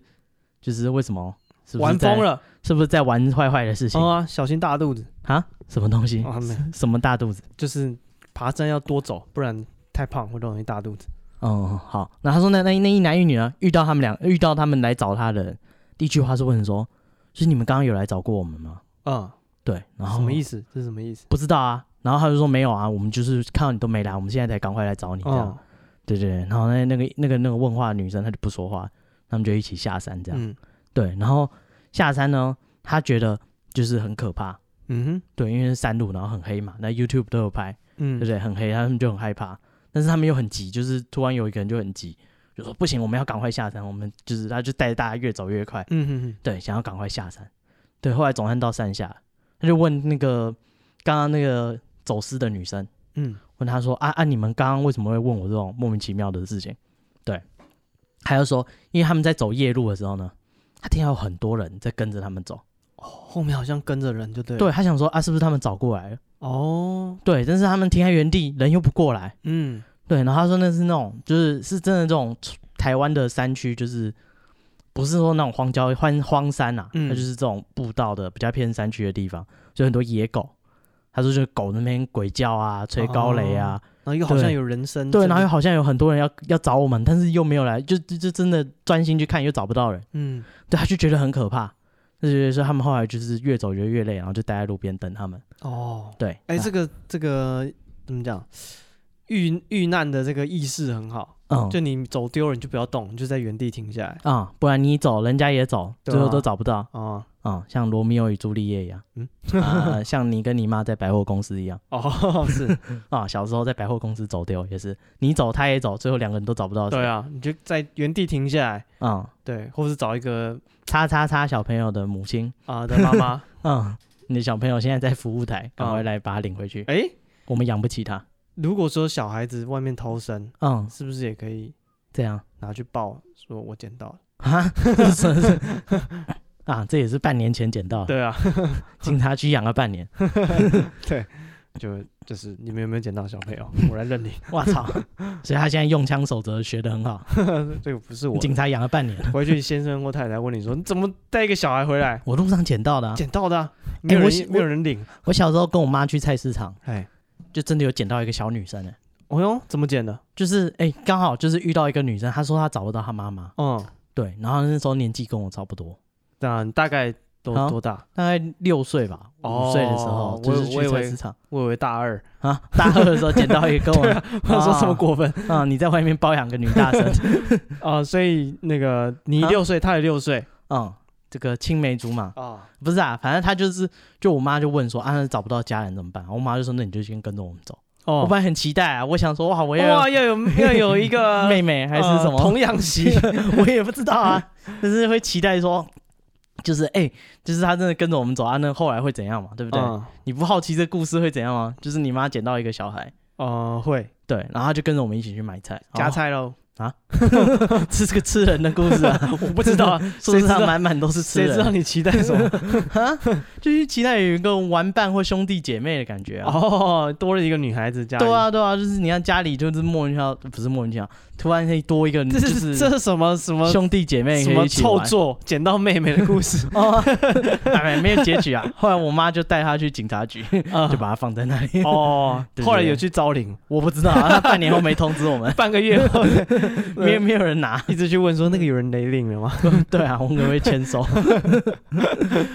Speaker 3: 就是为什么？是不是
Speaker 2: 玩
Speaker 3: 在
Speaker 2: 疯？了。
Speaker 3: 是不是在玩坏坏的事情
Speaker 2: 哦啊，小心大肚子。
Speaker 3: 啊？什么东西？
Speaker 2: 啊，没有，
Speaker 3: 什么大肚子？
Speaker 2: 就是爬山要多走，不然太胖会容易大肚子。
Speaker 3: 嗯，好。那他说那那那一男一女呢？遇到他们俩，遇到他们来找他的人，第一句话是问说：“就是你们刚刚有来找过我们吗
Speaker 2: 嗯，？”
Speaker 3: 对，然后
Speaker 2: 什么意
Speaker 3: 思？
Speaker 2: 思？这是什么意思？
Speaker 3: 不知道啊。然后他就说没有啊，我们就是看到你都没来，我们现在才赶快来找你这样。
Speaker 2: 哦，
Speaker 3: 对对对。然后那那个那个那个问话的女生她就不说话，他们就一起下山这样。
Speaker 2: 嗯
Speaker 3: 对，然后下山呢，他觉得就是很可怕，
Speaker 2: 嗯哼
Speaker 3: 对，因为是山路，然后很黑嘛，那 YouTube 都有拍，对不
Speaker 2: 嗯
Speaker 3: 对？很黑，他们就很害怕，但是他们又很急，就是突然有一个人就很急，就说不行，我们要赶快下山，我们就是他就带着大家越走越快，
Speaker 2: 嗯哼哼，
Speaker 3: 对，想要赶快下山，对，后来总算到山下，他就问那个刚刚那个走失的女生，
Speaker 2: 嗯
Speaker 3: 问她说啊啊，你们刚刚为什么会问我这种莫名其妙的事情？对，还有说，因为他们在走夜路的时候呢，他听到有很多人在跟着他们走，
Speaker 2: 哦后面好像跟着人就对了。
Speaker 3: 对他想说啊，是不是他们找过来了？
Speaker 2: 哦，
Speaker 3: 对，但是他们停在原地，人又不过来。
Speaker 2: 嗯
Speaker 3: 对，然后他说那是那种，就是是真的这种台湾的山区，就是不是说那种荒郊荒荒山啊，
Speaker 2: 嗯
Speaker 3: 它就是这种步道的比较偏山区的地方，就很多野狗。他说就是狗那边鬼叫啊，吹高雷啊，
Speaker 2: 然后又好像
Speaker 3: 对
Speaker 2: 有人声，
Speaker 3: 对，然后又好像有很多人要要找我们，但是又没有来，就就就真的专心去看又找不到人，
Speaker 2: 嗯
Speaker 3: 对，他就觉得很可怕。就觉得说他们后来就是越走就越累，然后就待在路边等他们。
Speaker 2: 哦，
Speaker 3: 对，啊
Speaker 2: 哎，
Speaker 3: 那
Speaker 2: 这个这个怎么讲？遇遇难的这个意识很好，
Speaker 3: 嗯
Speaker 2: 就你走丢了，你就不要动，你就在原地停下来。
Speaker 3: 啊、不然你走，人家也走，
Speaker 2: 对
Speaker 3: 最后
Speaker 2: 啊
Speaker 3: 都找不到。
Speaker 2: 哦
Speaker 3: 啊、像罗密欧与朱丽叶一样，
Speaker 2: 嗯
Speaker 3: 嗯，啊，像你跟你妈在百货公司一样
Speaker 2: 哦， 是
Speaker 3: 啊、小时候在百货公司走丢也是，你走他也走，最后两个人都找不到谁。
Speaker 2: 对啊，你就在原地停下来，
Speaker 3: 啊，
Speaker 2: 对，或是找一个
Speaker 3: 叉叉叉小朋友的母亲，
Speaker 2: 啊的妈 妈，
Speaker 3: 嗯，你的小朋友现在在服务台，赶
Speaker 2: 啊
Speaker 3: 快来把他领回去，
Speaker 2: 哎，
Speaker 3: 我们养不起他。
Speaker 2: 如果说小孩子外面偷生，
Speaker 3: 嗯，
Speaker 2: 是不是也可以
Speaker 3: 这样
Speaker 2: 拿去报，说我捡到了？
Speaker 3: 啊， 这是是啊，这也是半年前捡到的，
Speaker 2: 对啊，
Speaker 3: 警察局养了半年，
Speaker 2: 对，就就是你们有没有捡到小朋 友？我来认领，
Speaker 3: 我操！所以他现在用枪守则学得很好，
Speaker 2: 这个不是我的。
Speaker 3: 警察养了半年，
Speaker 2: 回去先生或太太问你说，你怎么带一个小孩回来？
Speaker 3: 我路上捡到的、啊，
Speaker 2: 捡到的、啊，没有
Speaker 3: 我
Speaker 2: 人、
Speaker 3: 喜
Speaker 2: 没有人领。
Speaker 3: 我小时候跟我妈去菜市场。
Speaker 2: 哎，
Speaker 3: 就真的有捡到一个小女生哎、
Speaker 2: 哦哟，怎么捡的？
Speaker 3: 就是哎刚、好就是遇到一个女生，她说她找不到她妈妈，
Speaker 2: 嗯，
Speaker 3: 对，然后那时候年纪跟我差不多，
Speaker 2: 那大概多
Speaker 3: 啊
Speaker 2: 多大？
Speaker 3: 大概六岁吧，
Speaker 2: 哦
Speaker 3: 五岁的时候
Speaker 2: 我
Speaker 3: 就是
Speaker 2: 我以
Speaker 3: 去
Speaker 2: 为
Speaker 3: 菜市场
Speaker 2: 我以为大二。
Speaker 3: 啊，大二的时候捡到一 个跟我
Speaker 2: 他啊说什么过分
Speaker 3: 啊，你在外面包养个女大生，
Speaker 2: 啊、所以那个你
Speaker 3: 啊
Speaker 2: 六岁，他也六岁
Speaker 3: 嗯，这个青梅竹马
Speaker 2: 啊。
Speaker 3: 不是啊，反正她就是就我妈就问说啊找不到家人怎么办，我妈就说那你就先跟着我们走，我
Speaker 2: 哦，
Speaker 3: 本来很期待啊，我想说哇我也
Speaker 2: 哇，要有要有一 个
Speaker 3: 妹妹还是什么、
Speaker 2: 呃童养 媳
Speaker 3: 我也不知道啊，但是会期待说，就是哎、就是他真的跟着我们走啊，那后来会怎样嘛？对不对？
Speaker 2: 嗯
Speaker 3: 你不好奇这故事会怎样吗？就是你妈捡到一个小孩，
Speaker 2: 呃，会
Speaker 3: 对，然后他就跟着我们一起去买菜，
Speaker 2: 夹菜喽。
Speaker 3: 哦， 这是个吃人的故事啊，
Speaker 2: 我不知道啊，
Speaker 3: 树
Speaker 2: 谁知
Speaker 3: 上
Speaker 2: 道
Speaker 3: 满满都是吃
Speaker 2: 谁知道
Speaker 3: 人，
Speaker 2: 你期待什 么？
Speaker 3: 就是期待有一个玩伴或兄弟姐妹的感觉啊。
Speaker 2: 哦，多了一个女孩子家里。
Speaker 3: 对啊，对啊，就是你看家里就是莫名其妙，不是莫名其妙，突然可以多一个，
Speaker 2: 这、
Speaker 3: 就是
Speaker 2: 这是什么什么
Speaker 3: 兄弟姐妹
Speaker 2: 什
Speaker 3: 可以
Speaker 2: 么
Speaker 3: 一起
Speaker 2: 臭
Speaker 3: 玩。
Speaker 2: 作捡到妹妹的故 事
Speaker 3: 哦， 哎，没有结局啊。后来我妈就带她去警察局，
Speaker 2: 啊
Speaker 3: 就把她放在那里。
Speaker 2: 哦，
Speaker 3: 对对对
Speaker 2: 后来有去招领，，
Speaker 3: 我不知道啊，她半年后没通知我 们
Speaker 2: 半个月后
Speaker 3: 没有没有人拿。
Speaker 2: 一直去问说那个有人雷领了吗？
Speaker 3: 对啊，我们可能会签 收，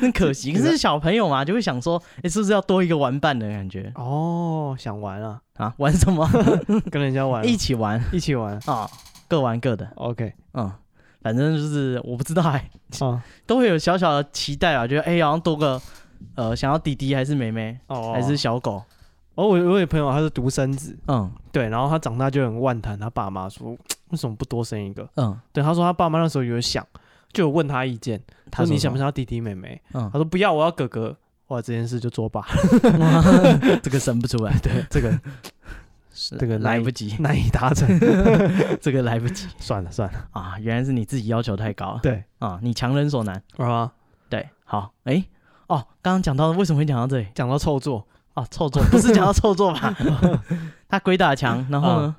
Speaker 3: 很可惜。可是小朋友嘛，就会想说，哎，是不是要多一个玩伴的感觉
Speaker 2: 哦，想玩 啊，
Speaker 3: 啊？玩什么？
Speaker 2: 跟人家玩啊
Speaker 3: 一起玩
Speaker 2: 一起玩
Speaker 3: 啊，各玩各的。
Speaker 2: ，OK
Speaker 3: 嗯，反正就是我不知道哎、
Speaker 2: 啊
Speaker 3: 都会有小小的期待啊，觉得哎，好像多个呃，想要弟弟还是妹妹
Speaker 2: 哦，
Speaker 3: 还是小狗，
Speaker 2: 哦，我我有朋友他是独生子，
Speaker 3: 嗯
Speaker 2: 对，然后他长大就很万谈他爸妈说为什么不多生一个？
Speaker 3: 嗯，
Speaker 2: 对，他说他爸妈那时候有想，就有问他意见，他说你想不
Speaker 3: 想？
Speaker 2: 想要弟弟妹妹？
Speaker 3: 嗯
Speaker 2: 他，说不要，我要哥哥。哇，这件事就作罢，
Speaker 3: 这个生不出来， 对，这个
Speaker 2: 这个
Speaker 3: 来
Speaker 2: 难
Speaker 3: 不
Speaker 2: 以
Speaker 3: 及，
Speaker 2: 难以 达成，
Speaker 3: 这个来不及
Speaker 2: 算了算了，
Speaker 3: 啊！原来是你自己要求太高了
Speaker 2: 对，
Speaker 3: 啊，你强人所难。
Speaker 2: 啊，
Speaker 3: 对，好，哎，哦，刚刚讲到为什么会讲到这里
Speaker 2: 讲到臭作，
Speaker 3: 啊？臭作不是讲到臭作吧？ 他鬼打墙，然后呢？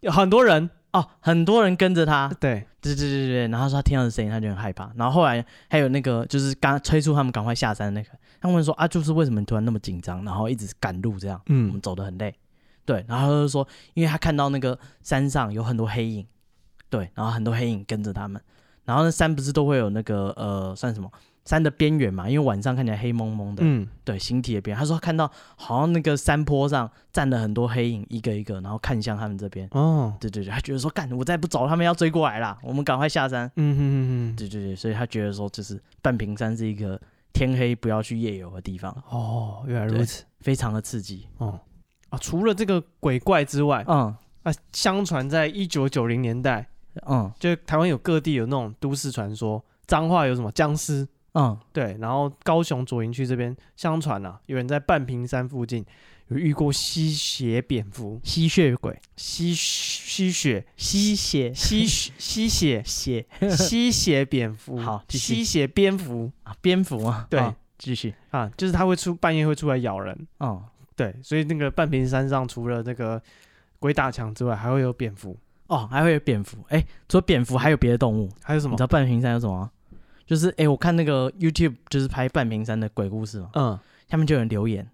Speaker 2: 有很多人
Speaker 3: 哦，很多人跟着他，
Speaker 2: 啊对，
Speaker 3: 对对对对，然后他说他听到的声音，他就很害怕。然后后来还有那个，就是刚催促他们赶快下山的那个，他问说啊，就是为什么你突然那么紧张，然后一直赶路这样？我们
Speaker 2: 嗯，
Speaker 3: 走得很累。对，然后他就说，因为他看到那个山上有很多黑影，对，然后很多黑影跟着他们，然后那山不是都会有那个呃，算什么山的边缘嘛，因为晚上看起来黑蒙蒙的，
Speaker 2: 嗯，
Speaker 3: 对，形体的边缘。他说他看到好像那个山坡上站了很多黑影，一个一个，然后看向他们这边。
Speaker 2: 哦，
Speaker 3: 对对对，他觉得说干，我再不走，他们要追过来啦，我们赶快下山。
Speaker 2: 嗯哼哼哼，
Speaker 3: 对对对，所以他觉得说，就是半屏山是一个天黑不要去夜游的地方，
Speaker 2: 哦，原来如
Speaker 3: 对
Speaker 2: 此，
Speaker 3: 非常的刺激。
Speaker 2: 哦。啊，除了这个鬼怪之外，
Speaker 3: 嗯
Speaker 2: 啊，相传在一九九零年代，
Speaker 3: 嗯
Speaker 2: 就台湾有各地有那种都市传说，彰化有什么僵尸，
Speaker 3: 嗯，
Speaker 2: 对，然后高雄左营区这边相传啊，有人在半屏山附近有遇过吸血蝙蝠，
Speaker 3: 吸血鬼，
Speaker 2: 吸吸血
Speaker 3: 吸血
Speaker 2: 吸血吸血
Speaker 3: 血
Speaker 2: 吸血蝙蝠，
Speaker 3: 好继续
Speaker 2: 吸血蝙蝠
Speaker 3: 啊，蝙蝠啊，
Speaker 2: 对
Speaker 3: 嗯继续，
Speaker 2: 啊，就是它会出半夜会出来咬人，
Speaker 3: 嗯
Speaker 2: 对，所以那个半屏山上除了那个鬼打墙之外，还会有蝙蝠，
Speaker 3: 哦，还会有蝙蝠，哎，除了蝙蝠还有别的动物，
Speaker 2: 还有什
Speaker 3: 你
Speaker 2: 么
Speaker 3: 知？道半屏山有什么吗？就是哎，我看那个 YouTube 就是拍半屏山的鬼故事嘛，
Speaker 2: 嗯，
Speaker 3: 下面就有人留言，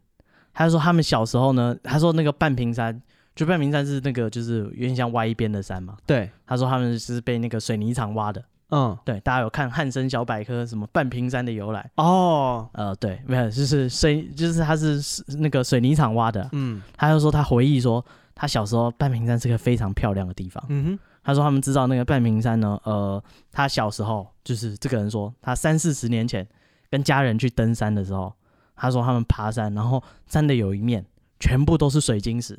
Speaker 3: 他说他们小时候呢，他说那个半屏山，就半屏山是那个就是有点像歪一边的山嘛，
Speaker 2: 对，
Speaker 3: 他说他们是被那个水泥厂挖的。
Speaker 2: 嗯，
Speaker 3: 对，大家有看《汉森小百科》什么半屏山的由来？
Speaker 2: 哦，
Speaker 3: 呃，对，没有，就是水，就是他是是那个水泥厂挖的。
Speaker 2: 嗯
Speaker 3: 他就说他回忆说，他小时候半屏山是个非常漂亮的地方。
Speaker 2: 嗯哼，
Speaker 3: 他说他们知道那个半屏山呢，呃，他小时候就是这个人说，他三四十年前跟家人去登山的时候，他说他们爬山，然后山的有一面全部都是水晶石，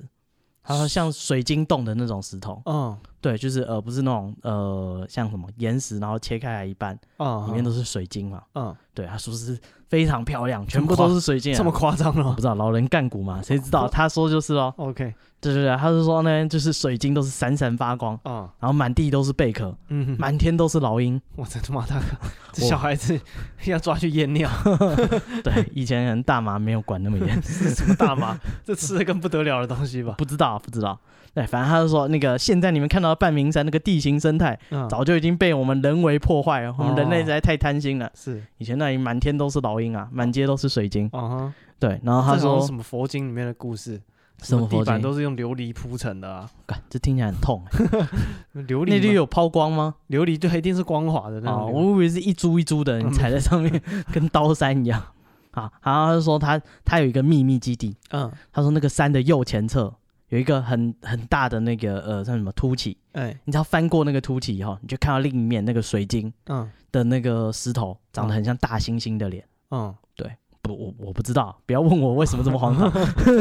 Speaker 3: 他说像水晶洞的那种石头，
Speaker 2: 嗯
Speaker 3: 对，就是呃不是那种呃像什么岩石，然后切开来一半，
Speaker 2: 嗯，
Speaker 3: 里面都是水晶嘛，
Speaker 2: 嗯，
Speaker 3: 对，他说是非常漂亮，
Speaker 2: 这
Speaker 3: 全
Speaker 2: 么
Speaker 3: 部
Speaker 2: 夸
Speaker 3: 都是水晶、啊，
Speaker 2: 这么夸张
Speaker 3: 我
Speaker 2: 了
Speaker 3: 不知道老人干股嘛，谁 知道？他说就是咯，
Speaker 2: ？OK，
Speaker 3: 对对对，他是说呢，就是水晶都是闪闪发光，
Speaker 2: 嗯
Speaker 3: 然后满地都是贝壳，
Speaker 2: 嗯哼，
Speaker 3: 满天都是老鹰。
Speaker 2: 我真他妈他 这
Speaker 3: 我
Speaker 2: 小孩子 要抓去验尿，
Speaker 3: 对，以前人大麻没有管那么严，
Speaker 2: 是什么大 麻？这吃的更不得了的东西吧？
Speaker 3: 不知道不知道。对，反正他就说那个现在你们看到的半明山那个地形生态，
Speaker 2: 嗯，
Speaker 3: 早就已经被我们人为破坏了。我们人类
Speaker 2: 哦
Speaker 3: 实在太贪心了，
Speaker 2: 是，
Speaker 3: 以前那里满天都是老鹰啊，满街都是水晶。
Speaker 2: 嗯哼，
Speaker 3: 对，然后
Speaker 2: 哦这好
Speaker 3: 啊他
Speaker 2: 像
Speaker 3: 说
Speaker 2: 什么佛经里面的故事，
Speaker 3: 什么
Speaker 2: 地
Speaker 3: 佛
Speaker 2: 板
Speaker 3: 经？
Speaker 2: 都是用琉璃铺成的啊，
Speaker 3: 干这听起来很 痛、欸。
Speaker 2: 琉
Speaker 3: 那里
Speaker 2: 璃嘛
Speaker 3: 有抛光吗？
Speaker 2: 琉璃对，一定是光滑的那
Speaker 3: 哦，
Speaker 2: 种
Speaker 3: 我
Speaker 2: 琉璃。
Speaker 3: 以为是一株一株的，你
Speaker 2: 嗯
Speaker 3: 踩在上面跟刀山一样。啊，然后他就说他他有一个秘密基地，
Speaker 2: 嗯，
Speaker 3: 他说那个山的右前侧有一个很很大的那个呃，像什么凸起，
Speaker 2: 哎，
Speaker 3: 你只要翻过那个凸起以后，你就看到另一面那个水晶
Speaker 2: 嗯
Speaker 3: 的那个石头，长得
Speaker 2: 嗯
Speaker 3: 很像大猩猩的脸。
Speaker 2: 嗯
Speaker 3: 不，我我不知道，不要问我为什么这么荒 唐。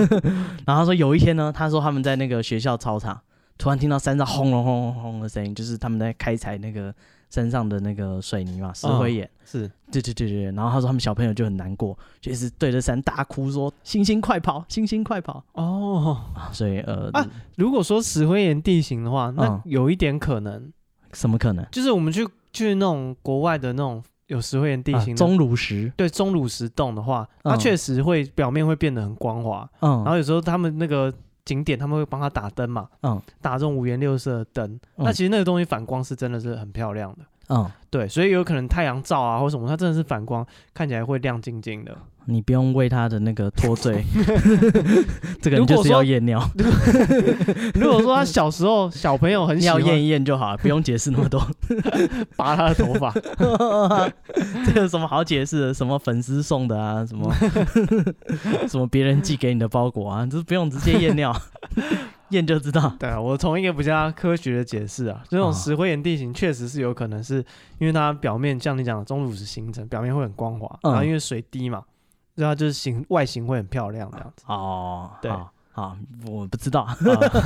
Speaker 3: 然后他说有一天呢，他说他们在那个学校操场，突然听到山上轰隆轰隆轰隆的声音，就是他们在开采那个山上的那个水泥
Speaker 2: 嗯
Speaker 3: 嘛，石灰岩。
Speaker 2: 是，
Speaker 3: 对对对对，对然后他说他们小朋友就很难过，就一直对着山大哭说：“星星快跑，星星快跑
Speaker 2: 哦，！”
Speaker 3: 啊，所以呃，
Speaker 2: 啊如果说石灰岩地形的话，那
Speaker 3: 嗯
Speaker 2: 有一点可能，
Speaker 3: 什么可能？
Speaker 2: 就是我们去去那种国外的那种有石灰岩地
Speaker 3: 啊
Speaker 2: 形的
Speaker 3: 钟乳石，
Speaker 2: 对钟乳石洞的话，它
Speaker 3: 嗯
Speaker 2: 确实会表面会变得很光滑，
Speaker 3: 嗯，
Speaker 2: 然后有时候他们那个景点他们会帮他打灯嘛，
Speaker 3: 嗯
Speaker 2: 打这种五颜六色的灯，
Speaker 3: 嗯
Speaker 2: 那其实那个东西反光是真的是很漂亮的，
Speaker 3: 嗯，
Speaker 2: 对，所以有可能太阳照啊或什么，它真的是反光，看起来会亮晶晶 的。
Speaker 3: 你不用为他的那个 脱罪， 这
Speaker 2: 如
Speaker 3: 个人
Speaker 2: 果
Speaker 3: 就是要
Speaker 2: 说
Speaker 3: 夜尿，
Speaker 2: 如果说他小时候小朋友很喜
Speaker 3: 尿
Speaker 2: 欢
Speaker 3: 验一验就好了，不用解释那 么多。
Speaker 2: 拔他的头 发，
Speaker 3: 这有什么好解释的？什么粉丝送的啊？什么 什么别人寄给你的包裹啊？这不用直接验尿，验就知道。
Speaker 2: 对啊，我从一个比较科学的解释啊，这种
Speaker 3: 哦
Speaker 2: 石灰岩地形确实是有可能是因为它表面像你讲的钟乳石形成，表面会很光滑，
Speaker 3: 嗯
Speaker 2: 然后因为水滴嘛，所以它就是形外形会很漂亮这样子。
Speaker 3: 哦，
Speaker 2: 对
Speaker 3: 好，好我不知道，
Speaker 2: 啊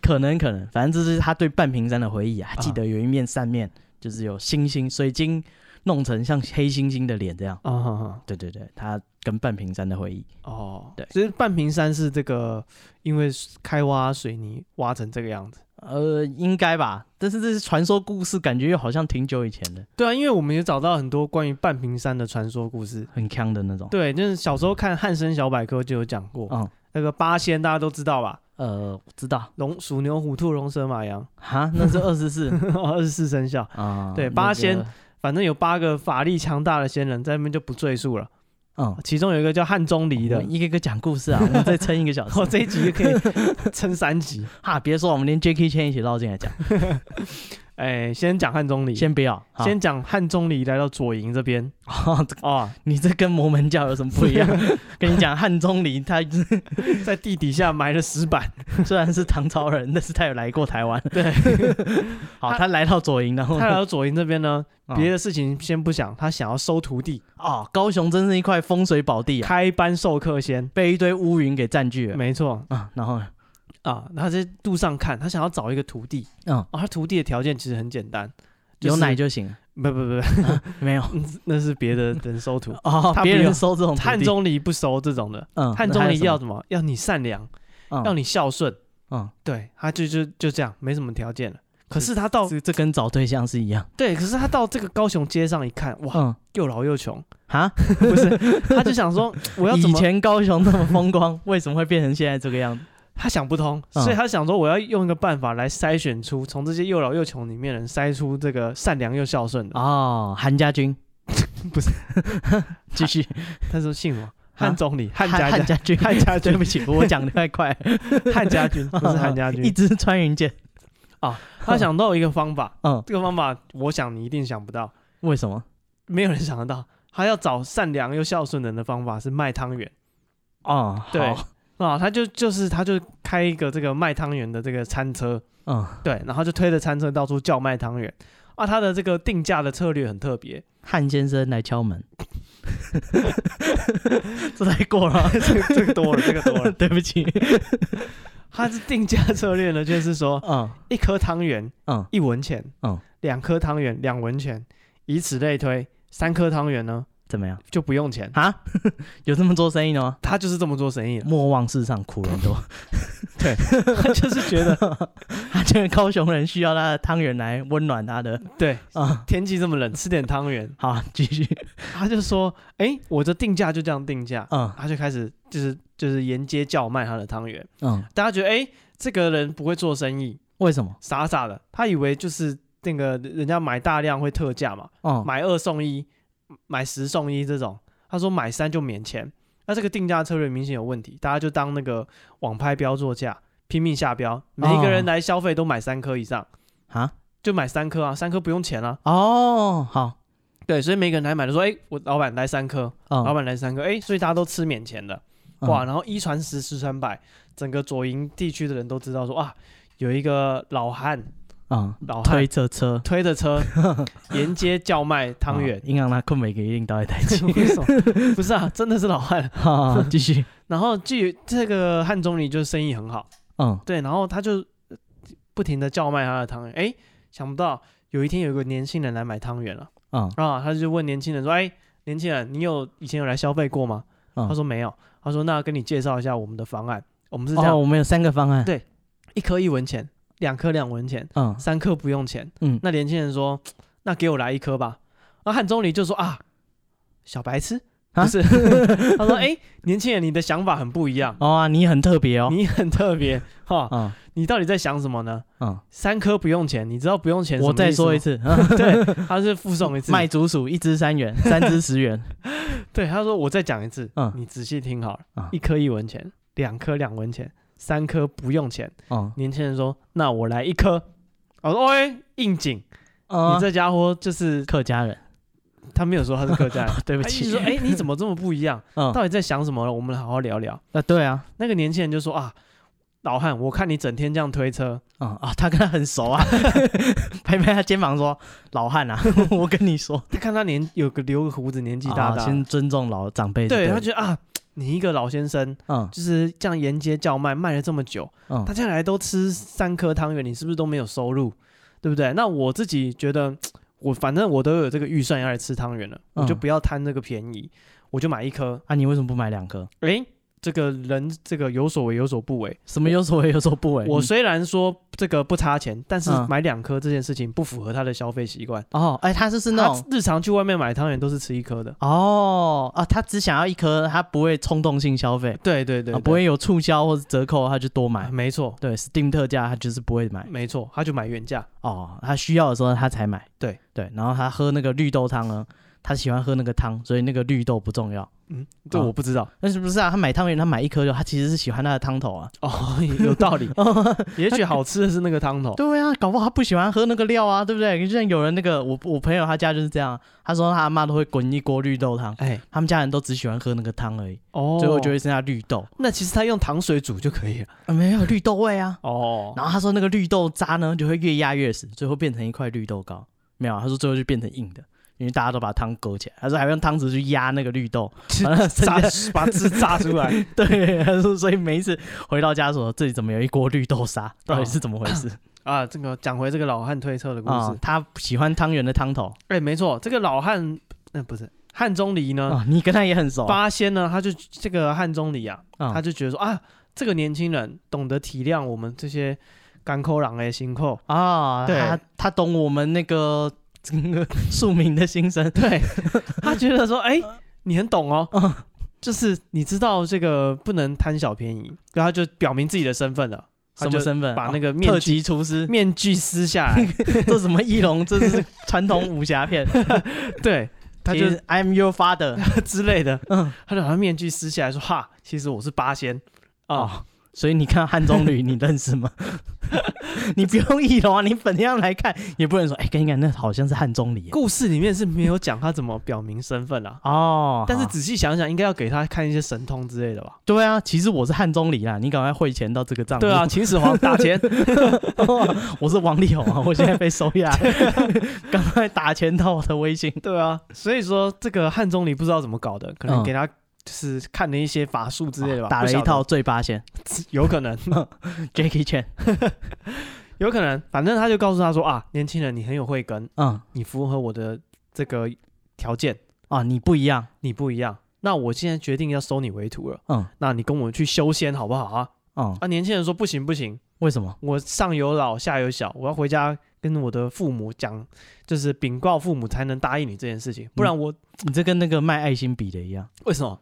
Speaker 3: 可能可能，反正这是他对半屏山的回忆啊。
Speaker 2: 啊
Speaker 3: 记得有一面扇面，就是有星星水晶弄成像黑猩猩的脸这样。
Speaker 2: 啊、哈哈
Speaker 3: 对对对，他跟半屏山的回忆。
Speaker 2: 哦，
Speaker 3: 对
Speaker 2: 其实半屏山是这个，因为开挖水泥挖成这个样子。
Speaker 3: 呃，应该吧，但是这是传说故事，感觉又好像挺久以前的，
Speaker 2: 对啊，因为我们也找到很多关于半屏山的传说故事。
Speaker 3: 很强的那种。
Speaker 2: 对，就是小时候看《汉生小百科》就有讲过，
Speaker 3: 嗯，
Speaker 2: 那个八仙大家都知道吧？
Speaker 3: 呃，我知道
Speaker 2: 龙、鼠、牛、虎、兔、龙、蛇、马、羊，
Speaker 3: 哈，那是二十四
Speaker 2: 二十四生肖，
Speaker 3: 啊，
Speaker 2: 对
Speaker 3: 那
Speaker 2: 八
Speaker 3: 个
Speaker 2: 仙，反正有八个法力强大的仙人，在那边就不赘述了。
Speaker 3: 嗯，
Speaker 2: 其中有一个叫汉钟离
Speaker 3: 我
Speaker 2: 的 哦
Speaker 3: 们，一个一个讲故事啊，我们再撑一个小时
Speaker 2: 我 这一集就可以撑三集。
Speaker 3: 哈，别说我们连 Jackie Chan 一起绕进来讲，
Speaker 2: 哎，先讲汉中里，
Speaker 3: 先不要，好
Speaker 2: 先讲汉中里来到左营这边啊，
Speaker 3: 你这跟摩门教有什么不一 样？跟你讲，汉钟离他
Speaker 2: 在地底下埋了石板，
Speaker 3: 虽然是唐朝人，但是他有来过台湾。
Speaker 2: 对，
Speaker 3: 好，
Speaker 2: 他
Speaker 3: 他来到左营，然 后
Speaker 2: 他来到左营这边呢，
Speaker 3: 嗯
Speaker 2: 别的事情先不想，他想要收徒弟，
Speaker 3: 哦，高雄真是一块风水宝地啊，
Speaker 2: 开班授课先。
Speaker 3: 被一堆乌云给占据了
Speaker 2: 没错
Speaker 3: 啊。然后呢，
Speaker 2: 啊，他在路上看，他想要找一个徒弟
Speaker 3: 嗯，
Speaker 2: 啊，他徒弟的条件其实很简单，就
Speaker 3: 有
Speaker 2: 是
Speaker 3: 奶就行了，
Speaker 2: 不不不，
Speaker 3: 没有，
Speaker 2: 不那是别的人收徒
Speaker 3: 哦，
Speaker 2: 他不
Speaker 3: 别人
Speaker 2: 要
Speaker 3: 收这种
Speaker 2: 汉
Speaker 3: 徒弟，
Speaker 2: 中离不收这种的，
Speaker 3: 嗯，
Speaker 2: 汉
Speaker 3: 那
Speaker 2: 中
Speaker 3: 还有
Speaker 2: 离
Speaker 3: 什么
Speaker 2: 要什么？要你善良，要
Speaker 3: 嗯
Speaker 2: 你孝顺。
Speaker 3: 嗯，
Speaker 2: 对，他就就就这样，没什么条件了。可是他到
Speaker 3: 嗯这这跟找对象是一样，
Speaker 2: 对，可是他到这个高雄街上一看，哇，
Speaker 3: 嗯
Speaker 2: 又老又穷，
Speaker 3: 啊，
Speaker 2: 不是？他就想 说，我要怎
Speaker 3: 以
Speaker 2: 么？
Speaker 3: 前高雄那么风光， 为什么会变成现在这个样子？
Speaker 2: 他想不通，
Speaker 3: 嗯
Speaker 2: 所以他想说，我要用一个办法来筛选出从这些又老又穷里面人筛出这个善良又孝顺的。
Speaker 3: 哦，韩家 军
Speaker 2: 不 是，
Speaker 3: 继续
Speaker 2: 他说姓什么？汉中里，汉家
Speaker 3: 啊汉
Speaker 2: 家，
Speaker 3: 家军，
Speaker 2: 汉家
Speaker 3: 对
Speaker 2: 军
Speaker 3: 不， 起，我讲的太快，
Speaker 2: 汉家军不是汉家
Speaker 3: 嗯一
Speaker 2: 军。
Speaker 3: 支穿云箭，
Speaker 2: 他想到一个方法，
Speaker 3: 嗯，
Speaker 2: 这个方法我想你一定想不到，
Speaker 3: 为什么？
Speaker 2: 没有人想得到。他要找善良又孝顺人的方法是卖汤圆。
Speaker 3: 哦，
Speaker 2: 对
Speaker 3: 好，
Speaker 2: 啊，他就就是他就开一个这个卖汤圆的这个餐车，
Speaker 3: 嗯，
Speaker 2: 对，然后就推着餐车到处叫卖汤圆。啊，他的这个定价的策略很特别，
Speaker 3: 汉先生来敲 门，这太过了，
Speaker 2: 这个多了，这个多了。
Speaker 3: 对不起，
Speaker 2: 他是定价策略呢，就是说
Speaker 3: 嗯
Speaker 2: 一颗汤圆
Speaker 3: 嗯，
Speaker 2: 一文钱，
Speaker 3: 嗯，
Speaker 2: 两颗汤圆两文钱，以此类推，三颗汤圆呢
Speaker 3: 怎么样
Speaker 2: 就不用钱。
Speaker 3: 啊？ 有这么做生意的吗？
Speaker 2: 他就是这么做生意的，
Speaker 3: 莫忘世上苦人多，
Speaker 2: 他就是觉得
Speaker 3: 他觉得高雄人需要他的汤圆来温暖他的
Speaker 2: 对
Speaker 3: 啊。
Speaker 2: 天气这么冷，吃点汤圆。
Speaker 3: 好，继续，
Speaker 2: 他就说，哎，我的定价就这样定价，
Speaker 3: 嗯
Speaker 2: 他就开始就是就是沿街叫卖他的汤圆。
Speaker 3: 嗯，
Speaker 2: 大家觉得哎、诶这个人不会做生意，
Speaker 3: 为什么？
Speaker 2: 傻傻的，他以为就是那个人家买大量会特价嘛，
Speaker 3: 嗯，
Speaker 2: 买二送一，买十送一这种。他说买三就免钱，那这个定价策略明显有问题，大家就当那个网拍标作价，拼命下标，每一个人来消费都买三颗以上，
Speaker 3: 啊，
Speaker 2: 就买三颗啊，三颗不用钱啊。
Speaker 3: 哦，好，
Speaker 2: 对，所以每个人来买的说，哎、我老板来三颗，
Speaker 3: 嗯，
Speaker 2: 老板来三颗，哎、所以大家都吃免钱的。
Speaker 3: 嗯
Speaker 2: 哇，，然后一传十，十传百，整个左营地区的人都知道说啊，有一个老汉，
Speaker 3: 嗯，
Speaker 2: 老汉
Speaker 3: 推着车
Speaker 2: 推着 车沿街叫卖汤圆
Speaker 3: 啊，应该拿困美给一定倒在台起。
Speaker 2: 为什么不是啊，真的是老汉。
Speaker 3: 好，继续，
Speaker 2: 然后至于这个汉中里就是生意很好，
Speaker 3: 嗯
Speaker 2: 对，然后他就呃不停的叫卖他的汤圆，哎，想不到有一天有一个年轻人来买汤圆了
Speaker 3: 嗯
Speaker 2: 啊，他就问年轻人说，哎，年轻人，你有以前有来消费过吗？
Speaker 3: 嗯，
Speaker 2: 他说没有，他说那跟你介绍一下我们的方案，我们是这
Speaker 3: 哦，
Speaker 2: 样，
Speaker 3: 我们有三个方案，
Speaker 2: 对一颗一文钱，两颗两文钱，
Speaker 3: 嗯
Speaker 2: 三颗不用钱。
Speaker 3: 嗯
Speaker 2: 那年轻人说：“那给我来一颗吧。”那汉钟离就说：“啊，小白痴，
Speaker 3: 啊
Speaker 2: 不是？” 他说：“哎、年轻人，你的想法很不一样，
Speaker 3: 哦啊，你很特别哦，
Speaker 2: 你很特别哈，
Speaker 3: 嗯
Speaker 2: 你到底在想什么呢？
Speaker 3: 嗯，
Speaker 2: 三颗不用钱，你知道不用钱什么
Speaker 3: 我再
Speaker 2: 意思哦
Speaker 3: 说一
Speaker 2: 吗，
Speaker 3: 次， 嗯
Speaker 2: 对，他是附送一次，
Speaker 3: 卖竹鼠一只 三元，三只十元，
Speaker 2: 对，他说我再讲一次，
Speaker 3: 嗯
Speaker 2: 你仔细听好了，
Speaker 3: 嗯
Speaker 2: 一颗一文钱，两颗两文钱，三颗不用钱。”
Speaker 3: 嗯，
Speaker 2: 年轻人说：“那我来一颗。”我说：“哎、应景，
Speaker 3: 哦
Speaker 2: 你这家伙就是
Speaker 3: 客家人，
Speaker 2: 他没有说他是客家人。”
Speaker 3: 对不
Speaker 2: 他一
Speaker 3: 起
Speaker 2: 直，说：“哎、你怎么这么不一样？
Speaker 3: 嗯
Speaker 2: 到底在想什么了？我们好好聊聊。
Speaker 3: 啊，对啊，”
Speaker 2: 那个年轻人就说：“啊，老汉，我看你整天这样推车，
Speaker 3: 嗯啊，他跟他很熟 啊，拍拍他肩膀说，老汉啊， 我跟你说，
Speaker 2: 他看他年有个留个胡子，年纪大
Speaker 3: 啊
Speaker 2: 大的，
Speaker 3: 先尊重老长辈就
Speaker 2: 对
Speaker 3: 了，
Speaker 2: 他觉得啊，你一个老先生，
Speaker 3: 嗯
Speaker 2: 就是这样沿街叫卖，卖了这么久，大
Speaker 3: 嗯
Speaker 2: 家来都吃三颗汤圆，你是不是都没有收入？对不对？那我自己觉得，我反正我都有这个预算要来吃汤圆了，我就
Speaker 3: 嗯
Speaker 2: 不要贪这个便宜，我就买一颗。
Speaker 3: 啊，你为什么不买两颗？
Speaker 2: 诶，这个人这个有所为有所不为，
Speaker 3: 什么有所为有所不为，嗯
Speaker 2: 我
Speaker 3: 你
Speaker 2: 虽然说这个不差钱，但是
Speaker 3: 嗯
Speaker 2: 买两颗这件事情不符合他的消费习惯。
Speaker 3: 哦，哎，他就是那
Speaker 2: 他
Speaker 3: 种
Speaker 2: 日常去外面买汤圆都是吃一颗的。
Speaker 3: 哦啊，他只想要一颗，他不会冲动性消费，
Speaker 2: 对对对
Speaker 3: 啊，不会有促销或者折扣，他就多
Speaker 2: 啊
Speaker 3: 买。
Speaker 2: 没错
Speaker 3: 对，Steam 特价他就是不会买
Speaker 2: 没错，他就买原价。
Speaker 3: 哦，他需要的时候他才买。
Speaker 2: 对
Speaker 3: 对，然后他喝那个绿豆汤呢，他喜欢喝那个汤，所以那个绿豆不重要。
Speaker 2: 嗯，
Speaker 3: 啊
Speaker 2: 这我不知道
Speaker 3: 但是不是啊？他买汤圆，他买一颗就，他其实是喜欢他的汤头啊。
Speaker 2: 哦， 有道理。
Speaker 3: 哦
Speaker 2: 也许好吃的是那个汤头，
Speaker 3: 对啊，搞不好他不喜欢喝那个料啊，对不对？就像有人那个，我我朋友他家就是这样，他说他阿妈都会滚一锅绿豆汤，
Speaker 2: 哎，
Speaker 3: 他们家人都只喜欢喝那个汤而已，
Speaker 2: 哦，
Speaker 3: 最后就会剩下绿豆，
Speaker 2: 那其实他用糖水煮就可以了。
Speaker 3: 啊没有绿豆味啊。
Speaker 2: 哦，
Speaker 3: 然后他说那个绿豆渣呢就会越压越死，最后变成一块绿豆糕。没有啊，他说最后就变成硬的，因为大家都把汤勾起来。他说还会用汤匙去压那个绿豆， 然后剩
Speaker 2: 榨
Speaker 3: 下
Speaker 2: 把汁榨出来。
Speaker 3: 对，他说所以每一次回到家说这里怎么有一锅绿豆沙，到底是怎么回 事
Speaker 2: 啊，这个讲回这个老汉推测的故
Speaker 3: 啊、
Speaker 2: 事，
Speaker 3: 他喜欢汤圆的汤头
Speaker 2: 哎、没错，这个老汉，那、不是汉钟离
Speaker 3: 啊、
Speaker 2: 呢，
Speaker 3: 你跟他也很熟啊。
Speaker 2: 嗯八仙呢，他就这个汉钟离啊，
Speaker 3: 嗯
Speaker 2: 他就觉得说啊，这个年轻人懂得体谅我们这些干抠狼哎辛苦，
Speaker 3: 啊，
Speaker 2: 对
Speaker 3: 他他懂我们那 个整个庶民的心声，对，
Speaker 2: 他觉得说，哎、你很懂哦，
Speaker 3: 嗯
Speaker 2: 就是你知道这个不能贪小便宜，然后他就表明自己的身份了，他
Speaker 3: 什
Speaker 2: 就
Speaker 3: 么身份？
Speaker 2: 把那
Speaker 3: 个
Speaker 2: 个面
Speaker 3: 哦特
Speaker 2: 具、
Speaker 3: 级厨师，
Speaker 2: 面具撕下 来，
Speaker 3: 这什么翼龙？这是传统武侠片，
Speaker 2: 对， 他就
Speaker 3: 其实 I'm your father，
Speaker 2: 之类的，
Speaker 3: 嗯
Speaker 2: 他就把面具撕下来说，哈，其实我是八仙啊。
Speaker 3: 哦所以你看汉中旅，你认识 吗？你不用翼龙啊，你本样来看也不能说，哎、跟你讲，那好像是汉中旅耶啊
Speaker 2: 故事里面是没有讲他怎么表明身份啊，
Speaker 3: 哦。
Speaker 2: 但是
Speaker 3: 好
Speaker 2: 仔细想想，应该要给他看一些神通之类的吧？
Speaker 3: 对啊，其实我是汉中旅啦，你赶快汇钱到这个 账户。
Speaker 2: 对啊，秦始皇打钱，
Speaker 3: 我是王力宏啊，我现在被收 押，赶快打钱到我的微信。
Speaker 2: 对啊，所以说这个汉钟离不知道怎么搞的，可能
Speaker 3: 嗯啊
Speaker 2: 给他就是看了一些法术之类的吧，
Speaker 3: 打了一
Speaker 2: 不晓得
Speaker 3: 套，醉八仙
Speaker 2: 有可能，
Speaker 3: ，Jackie Chan。
Speaker 2: 有可能，反正他就告诉他说啊，年轻人，你很有慧根，
Speaker 3: 嗯，
Speaker 2: 你符合我的这个条件，
Speaker 3: 啊，你不一样，
Speaker 2: 你不一样。那我现在决定要收你为徒了，
Speaker 3: 嗯
Speaker 2: 那你跟我去修仙好不好啊？
Speaker 3: 嗯，
Speaker 2: 啊，年轻人说不行不行，
Speaker 3: 为什么？
Speaker 2: 我上有老下有小，我要回家跟我的父母讲，就是禀告父母才能答应你这件事情，不然我、
Speaker 3: 你这跟那个卖爱心笔的一样，
Speaker 2: 为什么？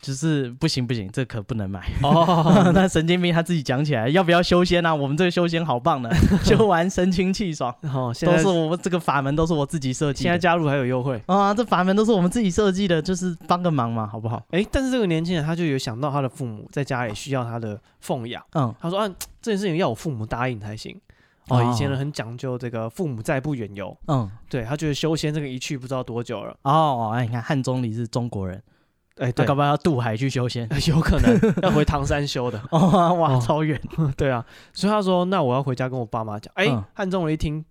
Speaker 3: 就是不行不行，这可不能买。
Speaker 2: 哦，
Speaker 3: 那神经病他自己讲起来，要不要修仙啊？我们这个修仙好棒 的，修完神清气爽，
Speaker 2: 然后哦现
Speaker 3: 都
Speaker 2: 在
Speaker 3: 是我这个法门都是我自己设计
Speaker 2: 现在
Speaker 3: 的。
Speaker 2: 加入还有优惠，
Speaker 3: 啊，这法门都是我们自己设计的，就是帮个忙嘛，好不好？
Speaker 2: 哎，但是这个年轻人他就有想到他的父母在家里需要他的奉养，
Speaker 3: 嗯，
Speaker 2: 他说啊，这件事情要我父母答应才行。哦，以前
Speaker 3: 哦
Speaker 2: 人很讲究这个父母在不远游，
Speaker 3: 嗯，
Speaker 2: 对他觉得修仙这个一去不知道多久了，
Speaker 3: 哦，哎，你看汉钟离是中国人，
Speaker 2: 哎，
Speaker 3: 他
Speaker 2: 对
Speaker 3: 搞，不好要渡海去修 仙。
Speaker 2: 有可能要回唐山修的，
Speaker 3: 哦，哇，
Speaker 2: 哦
Speaker 3: 超远，
Speaker 2: 对啊，所以他说那我要回家跟我爸妈讲，哎
Speaker 3: 嗯，
Speaker 2: 汉中人一听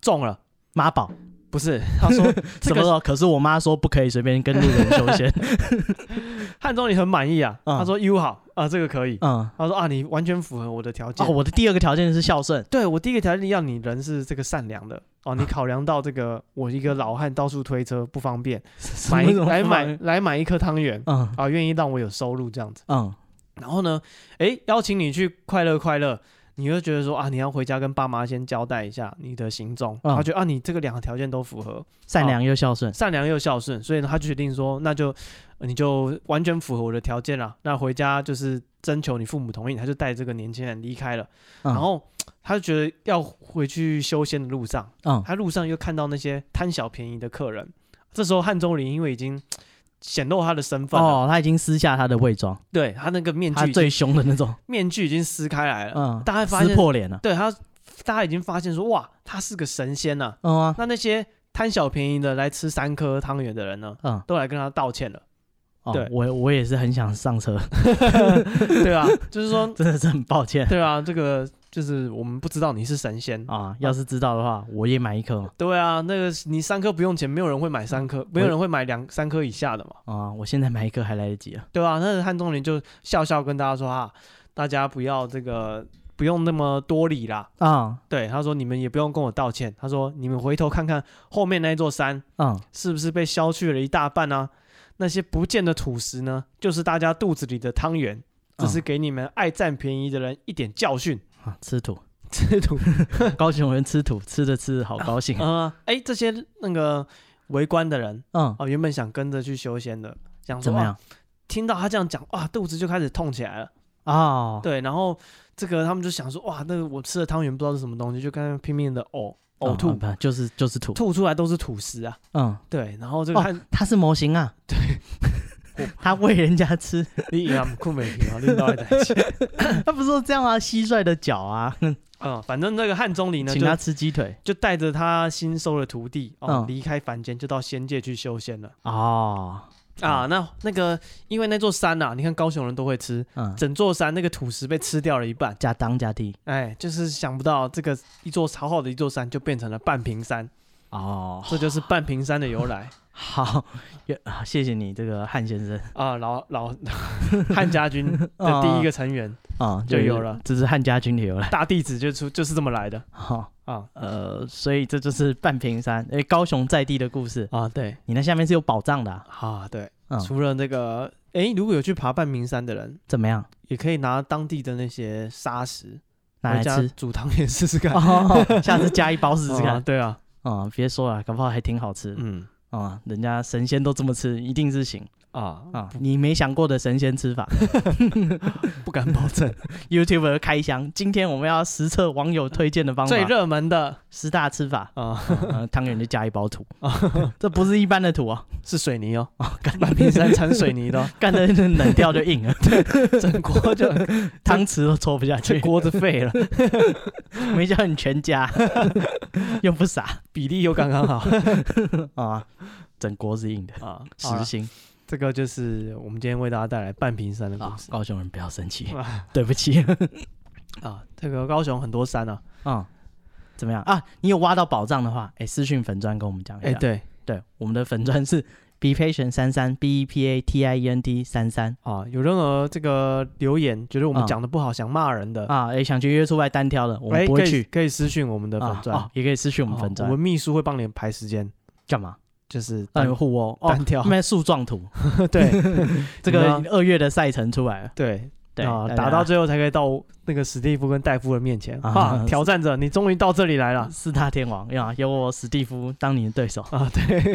Speaker 2: 中了。
Speaker 3: 妈宝。
Speaker 2: 不是，他 说这
Speaker 3: 什么时
Speaker 2: 个
Speaker 3: 候？可是我妈说不可以随便跟路人修仙。
Speaker 2: 汉中你很满意啊？
Speaker 3: 嗯
Speaker 2: 他说 U 好啊，这个可 以。
Speaker 3: 嗯，
Speaker 2: 他说啊，你完全符合我的条件。
Speaker 3: 哦，我的第二个条件是孝顺。
Speaker 2: 对我第一个条件要你人是这个善良的哦， 你考量到这个我一个老汉到处推车不方便，买一
Speaker 3: 什么
Speaker 2: 来买来买一颗汤圆
Speaker 3: 嗯
Speaker 2: 啊，愿意让我有收入这样子。
Speaker 3: 嗯
Speaker 2: 然后呢，诶，邀请你去快乐快乐。你就觉得说啊，你要回家跟爸妈先交代一下你的行踪，
Speaker 3: 嗯
Speaker 2: 他觉得啊，你这个两个条件都符合，，
Speaker 3: 善良又孝顺。
Speaker 2: 善良又孝顺，所以呢，他就决定说，那就呃你就完全符合我的条件了。那回家就是征求你父母同意，他就带这个年轻人离开了。
Speaker 3: 然
Speaker 2: 然后他就觉得要回去修仙的路上，
Speaker 3: 嗯
Speaker 2: 他路上又看到那些贪小便宜的客人。这时候汉钟离因为已经显露他的身份了，
Speaker 3: 哦，他已经撕下他的伪装，
Speaker 2: 对他那个面
Speaker 3: 他
Speaker 2: 具已经
Speaker 3: 最凶的 那种，
Speaker 2: 面具已经撕开来了，
Speaker 3: 嗯，
Speaker 2: 大家发
Speaker 3: 撕
Speaker 2: 现
Speaker 3: 破脸了。
Speaker 2: 对他大家已经发现说哇，他是个神仙呐、
Speaker 3: 嗯啊
Speaker 2: 那那些贪小便宜的来吃三颗汤圆的人呢，
Speaker 3: 嗯，
Speaker 2: 都来跟他道歉了。
Speaker 3: 哦
Speaker 2: 对，
Speaker 3: 我我也是很想上车，
Speaker 2: 对啊，就是说，
Speaker 3: 真的是很抱歉
Speaker 2: 对啊，这个就是我们不知道你是神仙。
Speaker 3: 啊。要是知道的话，我也买一颗嘛
Speaker 2: 对啊，那个你三颗不用钱，没有人会买三颗，没有人会买两三颗以下的嘛。
Speaker 3: 啊。我现在买一颗还来得及啊。
Speaker 2: 对啊，那汉钟离就笑笑跟大家说啊，大家不要这个，不用那么多礼啦。
Speaker 3: 啊
Speaker 2: 对，他说你们也不用跟我道歉。他说你们回头看看后面那座山
Speaker 3: 嗯
Speaker 2: 是不是被削去了一大半啊？那些不见的土石呢，就是大家肚子里的汤圆，这是给你们爱占便宜的人一点教 训。
Speaker 3: 啊，吃土，
Speaker 2: 这土
Speaker 3: 高雄人吃土，吃着吃着好 高兴。
Speaker 2: 嗯，哎，这些那个围观的人
Speaker 3: 嗯，
Speaker 2: 哦，原本想跟着去修仙的，想
Speaker 3: 怎
Speaker 2: 说
Speaker 3: 么
Speaker 2: 哇，
Speaker 3: 样？
Speaker 2: 听到他这样讲，哇，肚子就开始痛起来了。
Speaker 3: 哦，
Speaker 2: 对，然后这个他们就想说，哇，那个我吃的汤圆不知道是什么东西，就跟他拼命的呕呕
Speaker 3: 嗯
Speaker 2: 吐，
Speaker 3: 不就是就是土。
Speaker 2: 吐出来都是土石啊。
Speaker 3: 嗯，
Speaker 2: 对，然后这个
Speaker 3: 哦
Speaker 2: 汉、
Speaker 3: 它是模型啊。他喂人家 吃，
Speaker 2: 你也酷美平啊，拎到一台去。
Speaker 3: 他不是说这样吗？蟋蟀的脚啊，
Speaker 2: 嗯，反正那个汉钟离呢，
Speaker 3: 请
Speaker 2: 就
Speaker 3: 他吃鸡腿
Speaker 2: 就带着他新收的徒弟哦
Speaker 3: 嗯，
Speaker 2: 离、开凡间，就到仙界去修仙了
Speaker 3: 哦，
Speaker 2: 啊。那那个，因为那座山呐、啊，你看高雄人都会吃，
Speaker 3: 嗯，
Speaker 2: 整座山那个土石被吃掉了一半，
Speaker 3: 加当加地
Speaker 2: 哎，就是想不到这个一座好好的一座山就变成了半屏山，
Speaker 3: 哦，
Speaker 2: 这就是半屏山的由 来
Speaker 3: 好，也啊谢谢你这个汉先 生
Speaker 2: 啊。老老汉家军的第一个成员，
Speaker 3: 啊，
Speaker 2: 哦就有了，
Speaker 3: 这是汉家军的 由来，
Speaker 2: 大弟子就出就是这么来的
Speaker 3: 好，
Speaker 2: 啊
Speaker 3: 呃，所以这就是半屏山，诶，高雄在地的故事，
Speaker 2: 啊，对
Speaker 3: 你那下面是有宝藏的啊，
Speaker 2: 啊对，
Speaker 3: 嗯
Speaker 2: 除了那个，哎，如果有去爬半屏山的人，
Speaker 3: 怎么样？
Speaker 2: 也可以拿当地的那些砂石
Speaker 3: 拿来
Speaker 2: 回家。
Speaker 3: 吃
Speaker 2: 煮汤也试试看。
Speaker 3: 哦，下次加一包试试
Speaker 2: 啊
Speaker 3: 看。
Speaker 2: 对啊，
Speaker 3: 啊，别说了，搞不好还挺好吃
Speaker 2: 嗯
Speaker 3: 啊！人家神仙都这么吃，一定是行
Speaker 2: 啊
Speaker 3: 啊！你没想过的神仙 吃法
Speaker 2: 不敢 保证。
Speaker 3: ，YouTube 开箱。今天我们要实测网友推荐的方
Speaker 2: 最
Speaker 3: 法，
Speaker 2: 热门的
Speaker 3: 十大 吃法。
Speaker 2: 啊
Speaker 3: 啊汤圆就加一 包土，这不是一般的土哦，
Speaker 2: 是水泥哦， 半屏山产水泥的哦，
Speaker 3: 干的冷掉就硬 了，
Speaker 2: 整锅 就
Speaker 3: 汤匙都搓不下
Speaker 2: 这
Speaker 3: 去。
Speaker 2: 锅子废了，
Speaker 3: 没叫你全 加，又不傻
Speaker 2: 比例又刚刚 好
Speaker 3: 啊，整锅是硬的，
Speaker 2: 啊。好
Speaker 3: 实
Speaker 2: 了
Speaker 3: 心
Speaker 2: 这个就是我们今天为大家带来半屏山的故
Speaker 3: 啊
Speaker 2: 事！
Speaker 3: 高雄人不要生气，
Speaker 2: 啊
Speaker 3: 对 不起。
Speaker 2: 啊。这个高雄很多山啊，
Speaker 3: 嗯，怎么样啊？你有挖到宝藏的话，哎、私讯粉砖跟我们讲一下。
Speaker 2: 哎，对
Speaker 3: 对，我们的粉砖是 be patient 三三 b e p a t i e n t 三三
Speaker 2: 啊，有任何这个留言觉得我们
Speaker 3: 啊
Speaker 2: 讲的不好，想骂人的，
Speaker 3: 啊，哎、想去约出来单挑的，我们
Speaker 2: 哎，
Speaker 3: 不会
Speaker 2: 可以
Speaker 3: 去。
Speaker 2: 可以私讯我们的
Speaker 3: 啊
Speaker 2: 粉
Speaker 3: 哦
Speaker 2: 钻，
Speaker 3: 也可以私讯我们
Speaker 2: 哦
Speaker 3: 粉
Speaker 2: 我
Speaker 3: 砖
Speaker 2: 们秘书会帮你排时间，
Speaker 3: 干、嘛？
Speaker 2: 就是
Speaker 3: 让你们互殴
Speaker 2: 单挑
Speaker 3: 啊哦，卖树状图，
Speaker 2: 对
Speaker 3: 这
Speaker 2: 有
Speaker 3: 个
Speaker 2: 没
Speaker 3: 二月的赛程出来了，
Speaker 2: 对
Speaker 3: 对，
Speaker 2: 啊，
Speaker 3: 大家
Speaker 2: 嗯打到最后才可以到那个史蒂夫跟戴夫的面前
Speaker 3: 啊
Speaker 2: 啊，
Speaker 3: 是
Speaker 2: 挑战者，你终于到这里来了
Speaker 3: 四大天王呀，有我史蒂夫当你的对手，
Speaker 2: 啊，对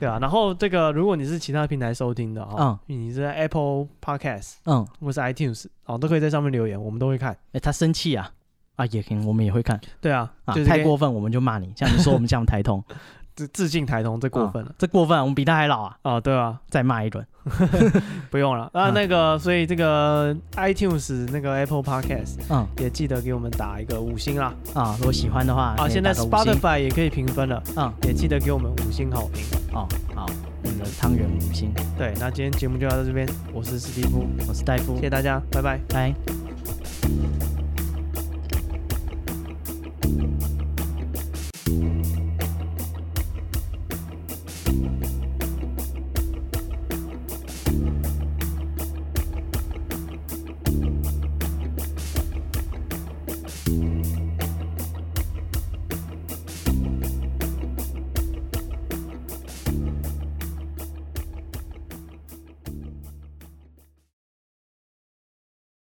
Speaker 2: 对啊，然后这个如果你是其他平台收听的啊，你是在 Apple Podcast
Speaker 3: 嗯，
Speaker 2: 或是 iTunes 哦，都可以在上面留言，我们都会看。
Speaker 3: 哎、他生气啊。啊，也行，我们也会看
Speaker 2: 对啊，
Speaker 3: 啊，
Speaker 2: 就是
Speaker 3: 太
Speaker 2: 跟
Speaker 3: 过分我们就骂你，像你说我们像台通，
Speaker 2: 致致敬台通，这过分了
Speaker 3: 这过分啊，我们比他还老啊，
Speaker 2: 啊，对啊，
Speaker 3: 再骂一轮。
Speaker 2: 不用了。
Speaker 3: 啊
Speaker 2: 啊那那个，所以这个 iTunes 那个 Apple Podcast
Speaker 3: 嗯
Speaker 2: 也记得给我们打一个五星啦
Speaker 3: 啊，如果喜欢的话
Speaker 2: 啊，
Speaker 3: 可以
Speaker 2: 现
Speaker 3: 打
Speaker 2: 在
Speaker 3: 个五星
Speaker 2: Spotify 也可以评分了，
Speaker 3: 嗯
Speaker 2: 也记得给我们五星好评。
Speaker 3: 哦好，我们的汤圆五星，
Speaker 2: 对，那今天节目就到这边，我是史蒂夫，
Speaker 3: 我是戴夫
Speaker 2: 谢，谢大家，拜拜。
Speaker 3: 拜。